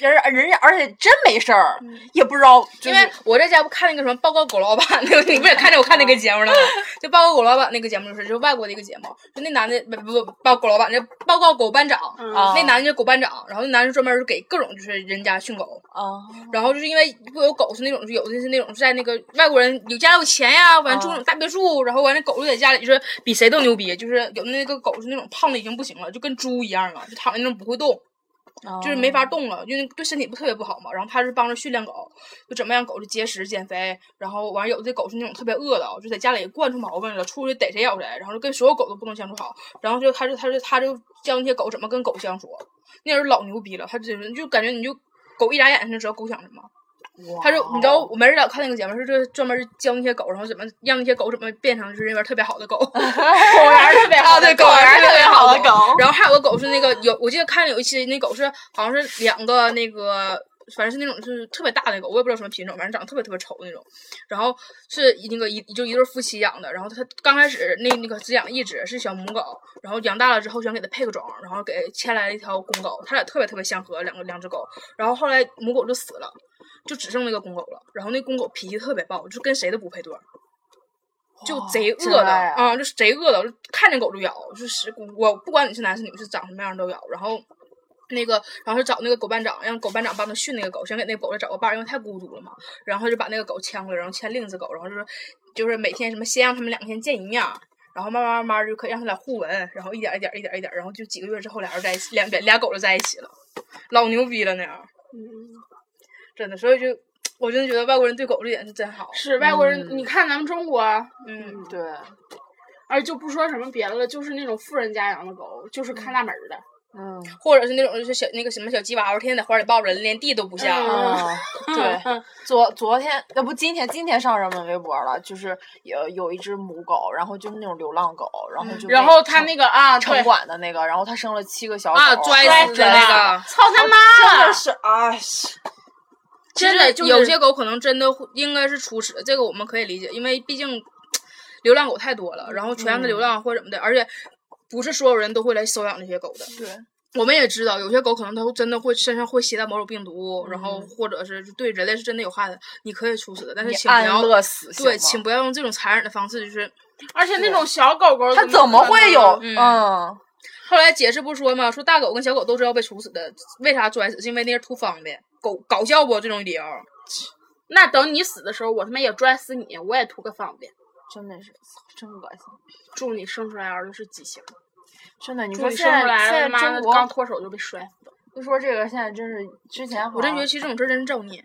[SPEAKER 4] 人人家而且真没事儿，也不知道，就
[SPEAKER 3] 因
[SPEAKER 4] 是
[SPEAKER 3] 为我在家不看那个什么《报告狗老板》那个，你不也看见我看那个节目 了吗？就《报告狗老板》那个节目就是，就是外国的一个节目，就那男的不不不报狗老板，那报告狗班长，
[SPEAKER 2] 嗯
[SPEAKER 4] 啊
[SPEAKER 3] 那男的就是狗班长，然后那男的专门是给各种就是人家训狗，
[SPEAKER 4] 啊，
[SPEAKER 3] 然后就是因为不有狗是那种，有的是那种在那个外国人有家有钱呀，完住那种大别墅，然后完那狗就在家里就是比谁都牛逼，就是有那个狗是那种胖的已经不行了，就跟猪一样了，啊就躺在那种不会动。
[SPEAKER 4] 嗯
[SPEAKER 3] 就是没法动了，因为对身体不特别不好嘛。然后他是帮着训练狗，就怎么样狗就节食减肥，然后完了有的狗是那种特别饿的，啊就在家里惯出毛病了，出去逮谁咬谁，然后就跟所有狗都不能相处好。然后就他就他就他就教那些狗怎么跟狗相处，那人老牛逼了，他就是就感觉你就狗一眨眼就知道狗想什么。
[SPEAKER 4] 哇，
[SPEAKER 3] 他就你知道我没人老看那个节目，是就是专门教那些狗，然后怎么让那些狗怎么变成就是那边特别好的狗， 狗园特
[SPEAKER 4] 啊
[SPEAKER 3] 别好的啊狗园特别好的狗。然后还有个狗是那个有，我记得看有一期那狗是好像是两个那个。反正是那种就是特别大的狗，我也不知道什么品种，反正长得特别特别丑那种。然后是一那个一就一对夫妻养的，然后他刚开始那那个只养一只是小母狗，然后养大了之后想给它配个种，然后给牵来了一条公狗，它俩特别特别相合，两个两只狗。然后后来母狗就死了，就只剩那个公狗了。然后那公狗脾气特别暴，就跟谁都不配对儿，就贼恶
[SPEAKER 4] 真
[SPEAKER 3] 的
[SPEAKER 4] 爱啊
[SPEAKER 3] 啊、就是贼恶的，就看见狗就咬，就是我不管你是男是女，是长什么样都咬。然后。那个，然后就找那个狗班长，让狗班长帮他训那个狗，想给那狗再找个伴儿，因为太孤独了嘛。然后就把那个狗牵过来，然后牵另一只狗，然后就是就是每天什么先让他们两天见一面儿，然后慢慢慢慢就可以让他俩互文，然后一点儿一点儿一点儿一点儿，然后就几个月之后俩人在一起，两俩俩狗就在一起了，老牛逼了那样儿。
[SPEAKER 2] 嗯
[SPEAKER 3] 真的，所以就我真的觉得外国人对狗这点是真好。
[SPEAKER 2] 是外国人，你看咱们中国，
[SPEAKER 3] 嗯，
[SPEAKER 4] 对，
[SPEAKER 2] 而就不说什么别的了，就是那种富人家养的狗，就是看大门儿的，
[SPEAKER 4] 嗯
[SPEAKER 3] 或者是那种就是小那个什么小鸡娃娃，天天在花里抱着，连地都不下。
[SPEAKER 2] 嗯
[SPEAKER 4] 啊，对， 昨昨天呃不今天今天上人们微博了，就是有有一只母狗，然后就是那种流浪狗，然后就被
[SPEAKER 2] 然后他
[SPEAKER 4] 城
[SPEAKER 2] 那个啊，
[SPEAKER 4] 城
[SPEAKER 2] 对，
[SPEAKER 4] 管的那个，然后他生了七个小狗
[SPEAKER 3] 啊，拽死
[SPEAKER 4] 哦死
[SPEAKER 3] 的
[SPEAKER 4] 了
[SPEAKER 3] 那个，啊
[SPEAKER 2] 操他
[SPEAKER 4] 真
[SPEAKER 2] 妈
[SPEAKER 4] 的
[SPEAKER 2] 了！
[SPEAKER 4] 是哎，是
[SPEAKER 3] 其
[SPEAKER 2] 真的
[SPEAKER 3] 实
[SPEAKER 2] 就是
[SPEAKER 3] 有些狗可能真的会应该是出事，这个我们可以理解，因为毕竟流浪狗太多了，然后全让它流浪或者怎么的，而且不是所有人都会来收养这些狗的。
[SPEAKER 4] 对，
[SPEAKER 3] 我们也知道，有些狗可能它会真的会身上会携带某种病毒，然后或者是对人类是真的有害的，你可以处死的，但是
[SPEAKER 4] 你
[SPEAKER 3] 请不
[SPEAKER 4] 安
[SPEAKER 3] 要
[SPEAKER 4] 乐死行
[SPEAKER 3] 对，
[SPEAKER 4] 吗
[SPEAKER 3] 请不要用这种残忍的方式。就是
[SPEAKER 2] 而且那种小狗狗，
[SPEAKER 4] 他怎么会有
[SPEAKER 3] 嗯
[SPEAKER 4] 嗯
[SPEAKER 3] 后来解释不说嘛，说大狗跟小狗都是要被处死的，为啥拽死？是因为那是图方便，狗搞笑不？这种理由。
[SPEAKER 2] 那等你死的时候，我他妈也拽死你，我也图个方便。
[SPEAKER 4] 真的是真恶心，
[SPEAKER 2] 祝你生出来儿子是畸形，
[SPEAKER 4] 真的你
[SPEAKER 2] 祝
[SPEAKER 4] 说
[SPEAKER 2] 你
[SPEAKER 4] 现
[SPEAKER 2] 生出来
[SPEAKER 4] 在
[SPEAKER 2] 了，
[SPEAKER 4] 现在
[SPEAKER 2] 妈
[SPEAKER 4] 中
[SPEAKER 2] 的
[SPEAKER 4] 国
[SPEAKER 2] 刚脱手就被摔死了。
[SPEAKER 4] 就说这个现在真是之前
[SPEAKER 3] 我真觉得
[SPEAKER 4] 得
[SPEAKER 3] 其实这种事儿真是造孽。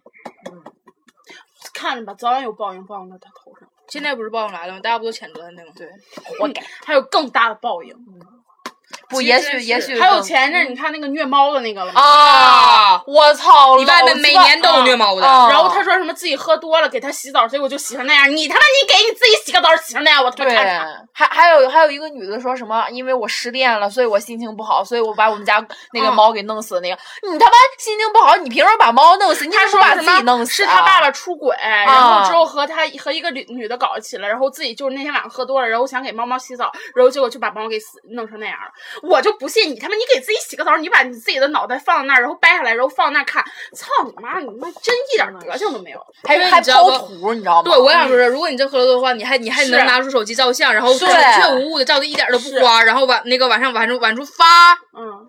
[SPEAKER 2] 看着吧，早晚有报应报应到他头上，
[SPEAKER 3] 现在不是报应来了吗？大家不都谴责他呢吗？
[SPEAKER 4] 对
[SPEAKER 3] 嗯
[SPEAKER 2] 活该。还有更大的报应，
[SPEAKER 4] 不
[SPEAKER 3] 其
[SPEAKER 4] 也
[SPEAKER 3] 实
[SPEAKER 4] 许
[SPEAKER 3] 是
[SPEAKER 4] 也许
[SPEAKER 2] 还有
[SPEAKER 4] 更嗯
[SPEAKER 2] 前一阵儿你看那个虐猫的那个了吗？
[SPEAKER 4] 啊，我操，
[SPEAKER 3] 你外面
[SPEAKER 4] 老
[SPEAKER 3] 每
[SPEAKER 4] 鸡巴
[SPEAKER 3] 年都有虐猫的，
[SPEAKER 4] 啊
[SPEAKER 2] 然后他说什么自己喝多了给他洗澡，结果就洗成那样。你他妈你给你自己洗个澡洗成那样，我他妈
[SPEAKER 4] 对
[SPEAKER 2] 看他。，
[SPEAKER 4] 还还有还有一个女的说什么，因为我失恋了，所以我心情不好，所以我把我们家那个
[SPEAKER 2] 嗯
[SPEAKER 4] 猫给弄死。那个、你他妈心情不好，你凭什么把猫弄死？你
[SPEAKER 2] 他
[SPEAKER 4] 为什
[SPEAKER 2] 说
[SPEAKER 4] 么把
[SPEAKER 2] 什
[SPEAKER 4] 自己弄
[SPEAKER 2] 么？
[SPEAKER 4] 死、
[SPEAKER 2] 是他爸。爸出轨，然
[SPEAKER 4] 啊
[SPEAKER 2] 后之后和他和一个女女的搞起了，然后自己就是那天晚上喝多了，然后想给猫猫洗澡，然后结果就把猫给死弄成那样了。我就不信你他妈，你给自己洗个澡，你把你自己的脑袋放在那儿，然后掰下来，然后放那儿看，操你妈！你妈真一点德行都没有。
[SPEAKER 4] 还
[SPEAKER 3] 因为
[SPEAKER 4] 还
[SPEAKER 3] 你知道
[SPEAKER 4] 剖
[SPEAKER 3] 吗
[SPEAKER 4] 图，你知道吗？
[SPEAKER 3] 对，我想说是，如果你真喝多的话，你还你还
[SPEAKER 2] 是
[SPEAKER 3] 能拿出手机照相，然后
[SPEAKER 4] 是
[SPEAKER 3] 准确无误的照的一点儿都不花，然后晚那个晚上晚上晚出发，
[SPEAKER 2] 嗯，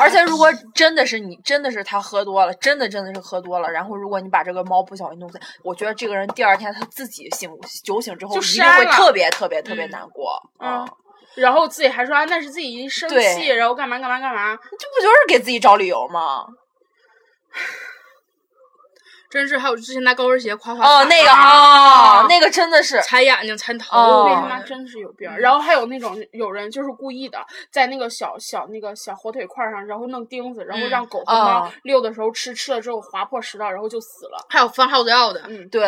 [SPEAKER 4] 而且如果真的是你，真的是他喝多了，真的真的是喝多了，然后如果你把这个猫不小心弄死，我觉得这个人第二天他自己醒酒醒之后，
[SPEAKER 2] 就
[SPEAKER 4] 一定
[SPEAKER 2] 删
[SPEAKER 4] 会
[SPEAKER 2] 了
[SPEAKER 4] 特别特别特别
[SPEAKER 3] 嗯
[SPEAKER 4] 难过。
[SPEAKER 2] 嗯
[SPEAKER 4] 啊，
[SPEAKER 2] 然后自己还说啊，那是自己生
[SPEAKER 4] 对
[SPEAKER 2] 气，然后干嘛干嘛干嘛。
[SPEAKER 4] 这不就是给自己找理由吗？
[SPEAKER 3] 真是还有之前拿高跟鞋夸夸
[SPEAKER 4] 哦，
[SPEAKER 3] 踩
[SPEAKER 4] 那个
[SPEAKER 3] 啊
[SPEAKER 4] 啊，那个真的是，
[SPEAKER 3] 踩眼睛踩头，
[SPEAKER 2] 那
[SPEAKER 4] 哦
[SPEAKER 3] 为
[SPEAKER 2] 他
[SPEAKER 3] 什
[SPEAKER 2] 妈
[SPEAKER 3] 么
[SPEAKER 2] 真是有病儿。然后还有那种有人就是故意的，在那个小小那个小火腿块儿上，然后弄钉子，然后
[SPEAKER 3] 嗯
[SPEAKER 2] 让狗和猫
[SPEAKER 4] 啊
[SPEAKER 2] 遛的时候吃，吃了之后划破食道，然后就死了。
[SPEAKER 3] 还有放耗子药的，
[SPEAKER 2] 嗯，
[SPEAKER 4] 对，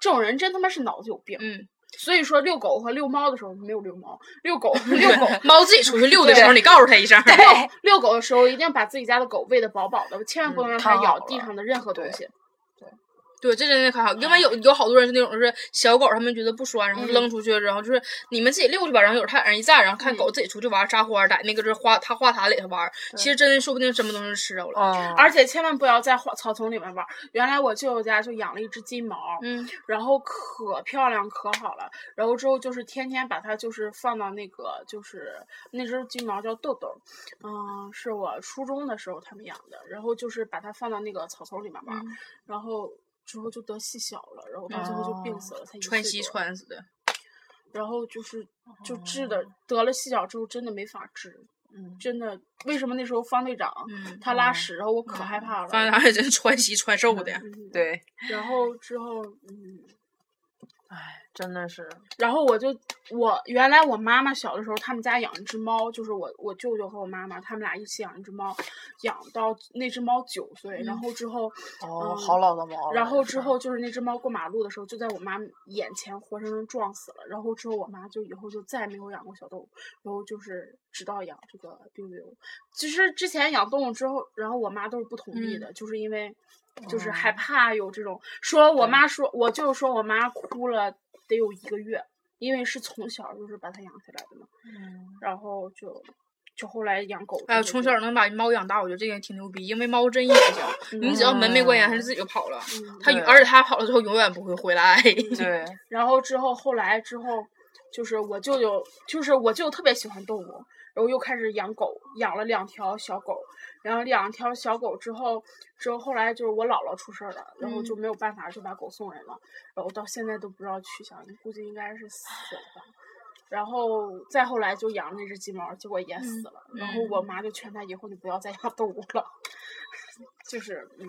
[SPEAKER 2] 这种人真他妈是脑子有病。
[SPEAKER 3] 嗯，
[SPEAKER 2] 所以说遛狗和遛猫的时候没有遛猫，遛 狗遛狗。
[SPEAKER 3] 猫自己出去遛的时候，你告诉它一声，
[SPEAKER 2] 遛遛狗的时候，一定把自己家的狗喂得饱饱的，千万不能
[SPEAKER 4] 嗯
[SPEAKER 2] 让
[SPEAKER 4] 看
[SPEAKER 2] 它
[SPEAKER 4] 好
[SPEAKER 2] 咬
[SPEAKER 4] 了
[SPEAKER 2] 地上的任何东
[SPEAKER 4] 对
[SPEAKER 2] 西。
[SPEAKER 3] 对，这真的可好，因为有有好多人是那种就是小狗，他们觉得不拴，然后
[SPEAKER 2] 嗯
[SPEAKER 3] 扔出去，然后就是你们自己溜去吧，然后有人他人一站，然后看
[SPEAKER 2] 嗯
[SPEAKER 3] 狗自己出去玩撒欢儿，在那个就是花它花坛里头玩儿，其实真的说不定什么东西吃着了，
[SPEAKER 4] 嗯，
[SPEAKER 2] 而且千万不要在花草丛里面玩儿。原来我舅舅家就养了一只金毛，
[SPEAKER 3] 嗯，
[SPEAKER 2] 然后可漂亮可好了，然后之后就是天天把它就是放到那个就是那只金毛叫豆豆，嗯，是我初中的时候他们养的，然后就是把它放到那个草丛里面玩儿，然后之后就得细小了，然后到最后就病死了，才一
[SPEAKER 3] 川
[SPEAKER 2] 岁
[SPEAKER 3] 西
[SPEAKER 2] 多，
[SPEAKER 3] 川死的。
[SPEAKER 2] 然后就是就治的得了细小之后真的没法治，
[SPEAKER 4] 嗯
[SPEAKER 2] 真的为什么那时候方队长
[SPEAKER 3] 嗯，
[SPEAKER 2] 他拉屎，然后我可害怕了，
[SPEAKER 3] 反正还真穿西穿瘦的，
[SPEAKER 2] 嗯，
[SPEAKER 4] 对，
[SPEAKER 2] 然后之后嗯。
[SPEAKER 4] 真的是，
[SPEAKER 2] 然后我就我原来我妈妈小的时候，他们家养一只猫，就是我我舅舅和我妈妈，他们俩一起养一只猫，养到那只猫九岁，然后之后，
[SPEAKER 4] 嗯哦，
[SPEAKER 2] 嗯
[SPEAKER 4] 好老的猫了。
[SPEAKER 2] 然后
[SPEAKER 4] 这是
[SPEAKER 2] 之后，就是那只猫过马路的时候，就在我妈眼前活生生撞死了。然后之后我妈就以后就再也没有养过小动物，然后就是直到养这个 biu 其实之前养动物之后，然后我妈都是不同意的，就是因为就是害怕有这种说，我妈说我就说我妈哭了得有一个月，因为是从小就是把它养起来的嘛，
[SPEAKER 4] 嗯
[SPEAKER 2] 然后就就后来养狗就会这
[SPEAKER 3] 哎
[SPEAKER 2] 样，
[SPEAKER 3] 呦，从小能把猫养大，我觉得这个挺牛逼，因为猫真野性，你只要门没关严，它就自己就跑了。
[SPEAKER 2] 嗯
[SPEAKER 3] 它
[SPEAKER 4] 对嗯
[SPEAKER 3] 而且它跑了之后永远不会回来。
[SPEAKER 4] 对，
[SPEAKER 2] 然后之后后来之后，就是我舅舅，就是我舅舅特别喜欢动物，然后又开始养狗，养了两条小狗，然后两条小狗之后，之后后来就是我姥姥出事儿了，然后就没有办法就把狗送人了，然后到现在都不知道去向，估计应该是死了吧。然后再后来就养那只金毛，结果也死了。然后我妈就劝他以后你不要再养动物了。 就是嗯，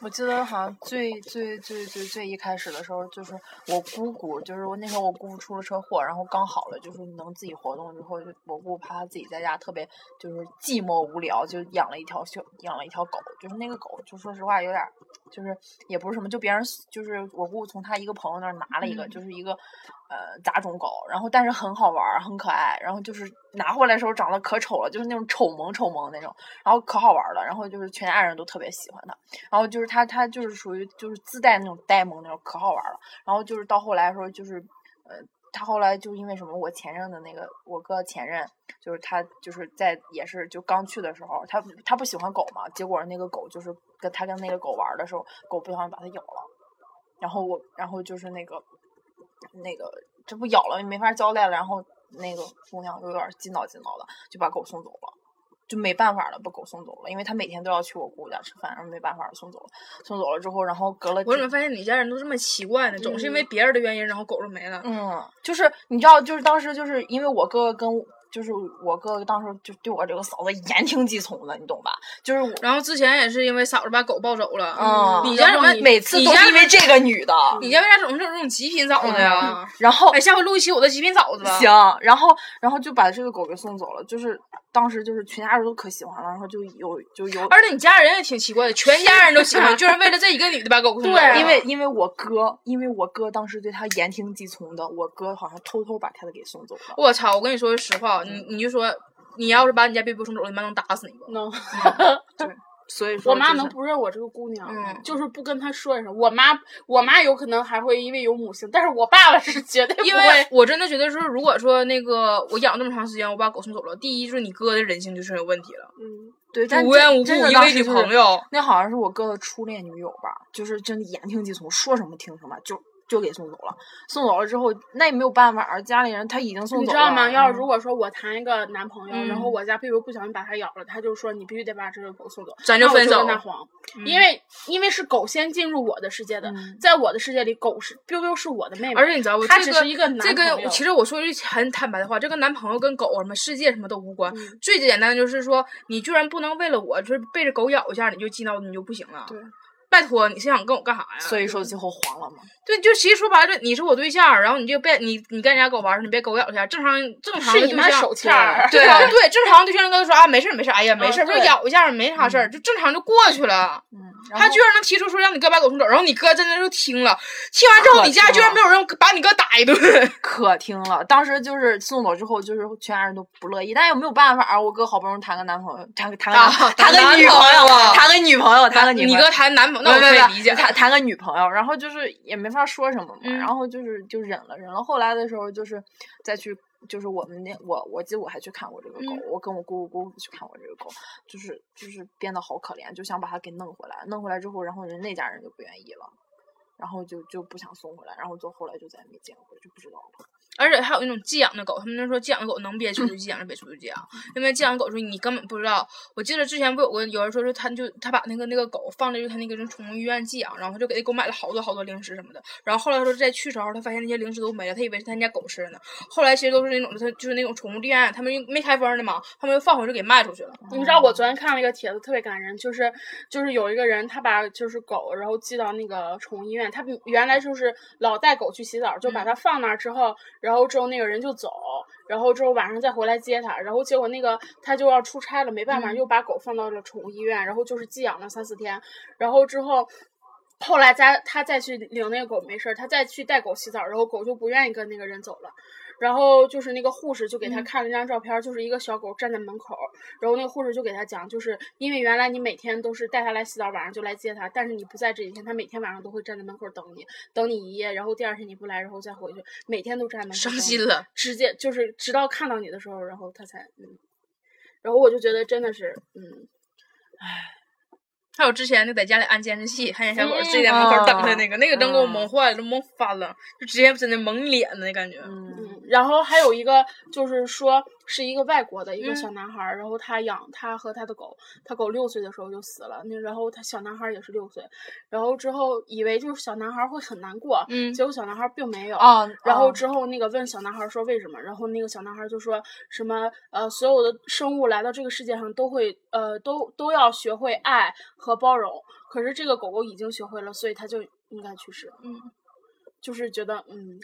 [SPEAKER 4] 我记得好像最最最最最一开始的时候，就是我姑姑，就是我那时候我姑姑出了车祸，然后刚好了，就是能自己活动之后，就我姑姑怕她自己在家特别就是寂寞无聊，就养了一条小养了一条狗，就是那个狗，就说实话有点儿，就是也不是什么，就别人就是我姑姑从她一个朋友那儿拿了一个，就是一个呃杂种狗，然后但是很好玩儿，很可爱，然后就是拿回来的时候长得可丑了，就是那种丑萌丑萌那种，然后可好玩儿了，然后就是全家人都特别喜欢它。然后就是他，他就是属于就是自带那种呆萌那种，可好玩儿了。然后就是到后来的时候，就是呃，他后来就因为什么，我前任的那个我哥前任，就是他就是在也是就刚去的时候，他他不喜欢狗嘛，结果那个狗就是跟他跟那个狗玩儿的时候，狗不小心把它咬了，然后我然后就是那个那个这不咬了没法交代了，然后那个姑娘就有点儿劲道劲道的，就把狗送走了。就没办法了，把狗送走了，因为他每天都要去我姑家吃饭，然后没办法了送走了。送走了之后，然后隔了
[SPEAKER 3] 我
[SPEAKER 4] 几
[SPEAKER 3] 怎么发现你家人都这么奇怪呢？总是因为别人的原因，然后狗就没了。
[SPEAKER 4] 嗯，就是你知道，就是当时就是因为我哥跟我就是我哥当时就对我这个嫂子言听计从的，你懂吧？就是我，
[SPEAKER 3] 然后之前也是因为嫂子把狗抱走了。
[SPEAKER 4] 嗯，
[SPEAKER 3] 你家
[SPEAKER 4] 然
[SPEAKER 3] 怎
[SPEAKER 4] 后
[SPEAKER 3] 么
[SPEAKER 4] 每次
[SPEAKER 3] 你
[SPEAKER 4] 都
[SPEAKER 3] 家
[SPEAKER 4] 是因为这个女的？
[SPEAKER 3] 你家为啥总是有这种极品嫂子呀？
[SPEAKER 4] 然后
[SPEAKER 3] 哎，下回录一期我的极品嫂子吧。
[SPEAKER 4] 行，然后然后就把这个狗给送走了，就是当时就是全家人都可喜欢了，然后就有就有。
[SPEAKER 3] 而且你家人也挺奇怪的，全家人都喜 欢，就是为了这一个女的把狗送走了。
[SPEAKER 2] 对
[SPEAKER 4] 因为因为我哥，因为我哥当时对他言听计从的，我哥好像偷偷把他的给送走了。
[SPEAKER 3] 我操！我跟你说句实话，你你就说，你要是把你家 baby 送走了，你妈能打死你不？
[SPEAKER 2] 能。
[SPEAKER 4] 所以说、
[SPEAKER 2] 我
[SPEAKER 4] 就是，
[SPEAKER 2] 妈能不认我这个姑娘，
[SPEAKER 3] 嗯
[SPEAKER 2] 就是不跟她说一声。我妈，我妈有可能还会因为有母性，但是我爸爸是绝对不
[SPEAKER 3] 因为
[SPEAKER 2] 会。
[SPEAKER 3] 我真的觉得说，如果说那个我养这么长时间，我把狗送走了，第一就是你哥的人性就是有问题了，
[SPEAKER 2] 嗯，
[SPEAKER 4] 对，但
[SPEAKER 3] 无
[SPEAKER 4] 真
[SPEAKER 3] 缘无故
[SPEAKER 4] 真的
[SPEAKER 3] 因
[SPEAKER 4] 当
[SPEAKER 3] 为
[SPEAKER 4] 时
[SPEAKER 3] 女
[SPEAKER 4] 就是
[SPEAKER 3] 朋友，
[SPEAKER 4] 那好像是我哥的初恋女友吧，就是真的言听计从，说什么听什么，就就给送走了。送走了之后，那也没有办法儿，家里人他已经送走了。
[SPEAKER 2] 你知道吗？要
[SPEAKER 4] 嗯
[SPEAKER 2] 是如果说我谈一个男朋友，
[SPEAKER 3] 嗯
[SPEAKER 2] 然后我家贝贝不小心把他咬了，他就说你必须得把这个狗送走，
[SPEAKER 3] 咱
[SPEAKER 2] 那
[SPEAKER 3] 就
[SPEAKER 2] 我
[SPEAKER 3] 分
[SPEAKER 2] 就
[SPEAKER 3] 手嗯
[SPEAKER 2] 跟。他黄，因为因为是狗先进入我的世界的，
[SPEAKER 4] 嗯
[SPEAKER 2] 在我的世界里，狗是 biu 是我的妹妹，
[SPEAKER 3] 而且你知道不？
[SPEAKER 2] 他
[SPEAKER 3] 这
[SPEAKER 2] 只
[SPEAKER 3] 个
[SPEAKER 2] 是一个男
[SPEAKER 3] 这
[SPEAKER 2] 朋
[SPEAKER 3] 个
[SPEAKER 2] 友
[SPEAKER 3] 其实我说句很坦白的话，这跟男朋友跟狗什么世界什么都无关。
[SPEAKER 2] 嗯
[SPEAKER 3] 最简单的就是说，你居然不能为了我，就是被这狗咬一下你就激恼你就不行了。
[SPEAKER 2] 对。
[SPEAKER 3] 拜托，你是想跟我干啥呀？
[SPEAKER 4] 所以说最后黄了嘛。
[SPEAKER 3] 对，就其实说白了，你是我对象，然后你就别你你跟人家狗玩儿，你别狗咬一下，正常正常
[SPEAKER 2] 是
[SPEAKER 3] 的
[SPEAKER 2] 你
[SPEAKER 3] 对
[SPEAKER 2] 妈
[SPEAKER 3] 象
[SPEAKER 2] 手欠儿。
[SPEAKER 3] 对啊对，正常对象都说啊没事儿没事儿，哎呀没事儿，
[SPEAKER 2] 嗯
[SPEAKER 3] 就
[SPEAKER 2] 对
[SPEAKER 3] 咬一下没啥事儿，就正常就过去了。
[SPEAKER 4] 嗯，然
[SPEAKER 3] 他
[SPEAKER 4] 后
[SPEAKER 3] 居然能提出说让你哥把狗送走，然后你哥真的就听了，听完之后
[SPEAKER 4] 可
[SPEAKER 3] 你家
[SPEAKER 4] 听
[SPEAKER 3] 居然
[SPEAKER 4] 了
[SPEAKER 3] 没有人把你哥打一顿。
[SPEAKER 4] 可听了，当时就是送走之后，就是全家人都不乐意，但也没有办法儿。我哥好不容易谈个男朋友，谈个谈个男、
[SPEAKER 3] 啊 谈
[SPEAKER 4] 谈个女
[SPEAKER 3] 男
[SPEAKER 4] 朋
[SPEAKER 3] 朋友
[SPEAKER 4] 友，
[SPEAKER 3] 啊
[SPEAKER 4] 谈个女朋友，谈个女
[SPEAKER 3] 你
[SPEAKER 4] 朋友。
[SPEAKER 3] 哥谈男朋友，那我
[SPEAKER 4] 不
[SPEAKER 3] 可
[SPEAKER 4] 不不
[SPEAKER 3] 以理解。
[SPEAKER 4] 谈谈个女朋友，然后就是也没法说什么嘛，
[SPEAKER 3] 嗯
[SPEAKER 4] 然后就是就忍了忍了。后来的时候就是再去，就是我们那我我记得我还去看过这个
[SPEAKER 3] 嗯
[SPEAKER 4] 狗，我跟我姑姑姑父去看过这个狗，就是就是变得好可怜，就想把它给弄回来，弄回来之后，然后人那家人就不愿意了。然后就就不想送回来，然后就后来就再也没见过，就不知道了。
[SPEAKER 3] 而且还有那种寄养的狗，他们就说寄养的狗能憋出就寄养，能憋出就寄养，因为寄养狗说你根本不知道。我记得之前不有个有人说是他就他把那个那个狗放在就他那个什么宠物医院寄养，然后他就给那狗买了好多好多零食什么的。然后后来说在去时候他发现那些零食都没了，他以为是他家狗吃的呢。后来其实都是那种他就是那种宠物医院，他们又没开封的嘛，他们又放回去给卖出去了。
[SPEAKER 2] 你知道我昨天看了一个帖子，特别感人，就是就是有一个人他把就是狗，然后寄到那个宠物医院，他们原来就是老带狗去洗澡，就把它放那儿之后，然后之后那个人就走，然后之后晚上再回来接它，然后结果那个他就要出差了，没办法又把狗放到了宠物医院，然后就是寄养了三四天，然后之后。后来再他再去领那个狗没事儿，他再去带狗洗澡，然后狗就不愿意跟那个人走了，然后就是那个护士就给
[SPEAKER 3] 嗯
[SPEAKER 2] 他看了一张照片儿，就是一个小狗站在门口，然后那个护士就给他讲，就是因为原来你每天都是带它来洗澡，晚上就来接它，但是你不在这几天，它每天晚上都会站在门口等你，等你一夜，然后第二天你不来，然后再回去，每天都站在门口。
[SPEAKER 3] 伤心了，
[SPEAKER 2] 直接就是直到看到你的时候，然后它才嗯，然后我就觉得真的是嗯，
[SPEAKER 3] 还有之前那在家里安监视器，看见小狗
[SPEAKER 2] 嗯
[SPEAKER 3] 睡在门口等他
[SPEAKER 4] 啊
[SPEAKER 3] 那个，那个真给我
[SPEAKER 4] 嗯
[SPEAKER 3] 蒙坏了，都蒙翻了，就直接真的蒙脸的那感觉。
[SPEAKER 4] 嗯
[SPEAKER 2] 嗯，然后还有一个就是说是一个外国的一
[SPEAKER 4] 嗯
[SPEAKER 2] 个小男孩儿，然后他养他和他的狗，他狗六岁的时候就死了，那然后他小男孩儿也是六岁，然后之后以为就是小男孩儿会很难过，
[SPEAKER 3] 嗯
[SPEAKER 2] 结果小男孩儿并没有，
[SPEAKER 4] 哦，
[SPEAKER 2] 然后
[SPEAKER 4] 哦
[SPEAKER 2] 之后那个问小男孩儿说为什么，然后那个小男孩儿就说什么呃，所有的生物来到这个世界上都会呃都都要学会爱和包容，可是这个狗狗已经学会了，所以它就应该去世。嗯，就是觉得嗯，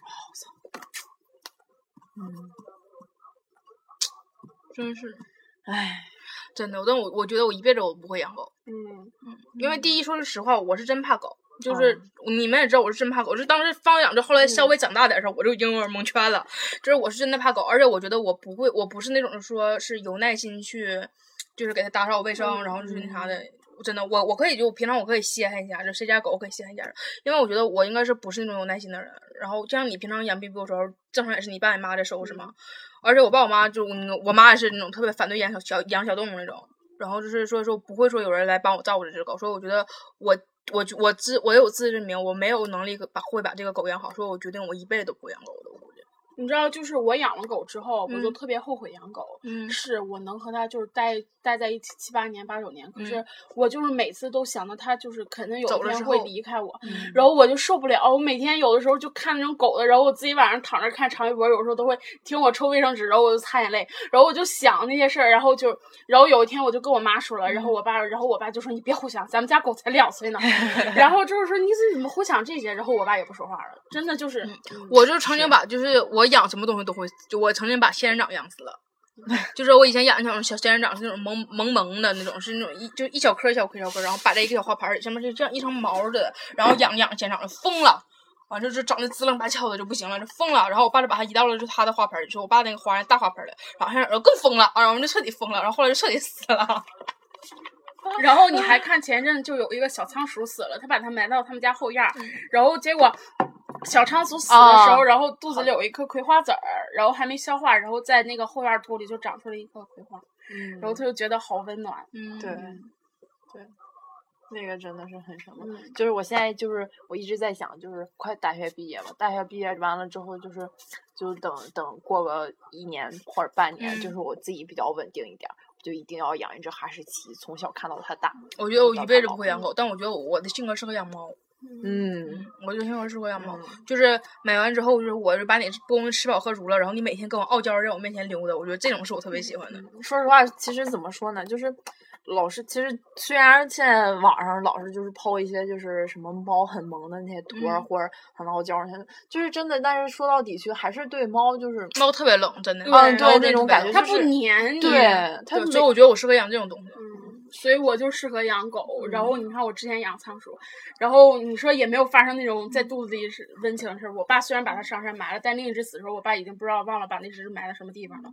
[SPEAKER 3] 真是
[SPEAKER 4] 唉，
[SPEAKER 3] 真的。但我我觉得我一辈子我不会养狗，
[SPEAKER 2] 嗯
[SPEAKER 3] 因为第一说是实话，我是真怕狗。就是你们也知道，我是真怕狗。我是当时放养之后，后来稍微长大点的时候，我就已经有点蒙圈了。就是我是真的怕狗，而且我觉得我不会，我不是那种说是有耐心去，就是给它打扫卫生，然后就是那啥的。真的，我我可以就平常我可以稀罕一下，就谁家狗我可以稀罕一下，因为我觉得我应该是不是那种有耐心的人。然后就像你平常养 BB 的时候，正常也是你爸你妈在收拾嘛。而且我爸我妈就嗯我妈也是那种特别反对养小小养小动物那种。然后就是说说不会说有人来帮我照顾这只狗，所以我觉得我我我自我有自知之明，我没有能力把会把这个狗养好，所以我决定我一辈子都不会养狗的，我估计。
[SPEAKER 2] 你知道，就是我养了狗之后，我就
[SPEAKER 3] 嗯
[SPEAKER 2] 特别后悔养狗。
[SPEAKER 3] 嗯
[SPEAKER 2] 是我能和它就是待待在一起七八年、八九年，可
[SPEAKER 3] 嗯
[SPEAKER 2] 是我就是每次都想着它就是肯定有
[SPEAKER 3] 走
[SPEAKER 2] 一
[SPEAKER 3] 了
[SPEAKER 2] 天
[SPEAKER 3] 之
[SPEAKER 2] 会
[SPEAKER 3] 后
[SPEAKER 2] 离开我，
[SPEAKER 3] 嗯
[SPEAKER 2] 然后我就受不了。我每天有的时候就看那种狗的，然后我自己晚上躺着看长微博，有时候都会听我抽卫生纸，然后我就擦眼泪，然后我就想那些事儿，然后就，然后有一天我就跟我妈说了，然
[SPEAKER 3] 嗯
[SPEAKER 2] 后我爸，然后我爸就说你别胡想，咱们家狗才两 岁呢，然后就是说你怎么胡想这些，然后我爸也不说话了，真的就是，嗯
[SPEAKER 3] 我就曾经
[SPEAKER 2] 是
[SPEAKER 3] 把就是我养什么东西都会，就我曾经把仙人掌养死 了。就是我以前养那种小仙人掌，是那种萌萌萌的那种，是那种一就一小颗一小颗一小颗，然后摆在一个小花盆儿里，上面是这样一层毛似的，然后养养仙人掌就疯了，完就是长得滋楞八翘的就不行了，就疯了。然后我爸就把它移到了就他的花盆儿里，说我爸那个花大花盆儿里，然后仙人掌更疯了，啊，然后就彻底疯了，然后后来就彻底死了。
[SPEAKER 2] 然后你还 看前一阵就有一个小仓鼠死了，他把它埋到他们家后院儿，然后结果小仓鼠死的时候，
[SPEAKER 4] 嗯哦
[SPEAKER 2] 然后肚子里有一颗葵花籽儿，然后还没消化，然后在那个后院儿土里就长出了一颗葵花，
[SPEAKER 4] 嗯，
[SPEAKER 2] 然后他就觉得好温暖。
[SPEAKER 3] 嗯，
[SPEAKER 4] 对，对，那个真的是很什么。
[SPEAKER 2] 嗯
[SPEAKER 4] 就是我现在就是我一直在想，就是快大学毕业吧，大学毕业完了之后，就是就是等等过个一年或者半年，
[SPEAKER 3] 嗯
[SPEAKER 4] 就是我自己比较稳定一点儿，就一定要养一只哈士奇，从小看到它大。
[SPEAKER 3] 我觉得我一辈子不会养狗，但我觉得我的性格适合养猫。
[SPEAKER 4] 嗯，
[SPEAKER 3] 我觉得性格适合养猫，
[SPEAKER 4] 嗯
[SPEAKER 3] 就是买完之后，就是我就把你供吃饱喝足了，然后你每天跟我傲娇儿在我面前溜达，我觉得这种是我特别喜欢的。
[SPEAKER 4] 嗯说实话，其实怎么说呢，就是。老是，其实虽然现在网上老是就是抛一些就是什么猫很萌的那些图儿，
[SPEAKER 3] 嗯
[SPEAKER 4] 或者很傲娇儿，就是真的。但是说到底去，还是对猫就是
[SPEAKER 3] 猫特别冷，真的。啊
[SPEAKER 2] 嗯
[SPEAKER 3] 猫
[SPEAKER 2] 对
[SPEAKER 3] 真的
[SPEAKER 4] 那
[SPEAKER 3] 特别
[SPEAKER 4] 种感
[SPEAKER 3] 冷
[SPEAKER 4] 觉
[SPEAKER 2] 它
[SPEAKER 4] 就
[SPEAKER 2] 不
[SPEAKER 4] 是
[SPEAKER 2] 粘你，
[SPEAKER 4] 对它
[SPEAKER 3] 对
[SPEAKER 4] 没
[SPEAKER 3] 所以我觉得我适合养这种东西。
[SPEAKER 2] 嗯，所以我就适合养狗。然
[SPEAKER 4] 嗯
[SPEAKER 2] 后你看，我之前养仓鼠，然后你说也没有发生那种在
[SPEAKER 4] 嗯
[SPEAKER 2] 肚子里是温情的事儿。我爸虽然把它上山埋了，但另一只死的时候，我爸已经不知道忘了把那只埋在什么地方了。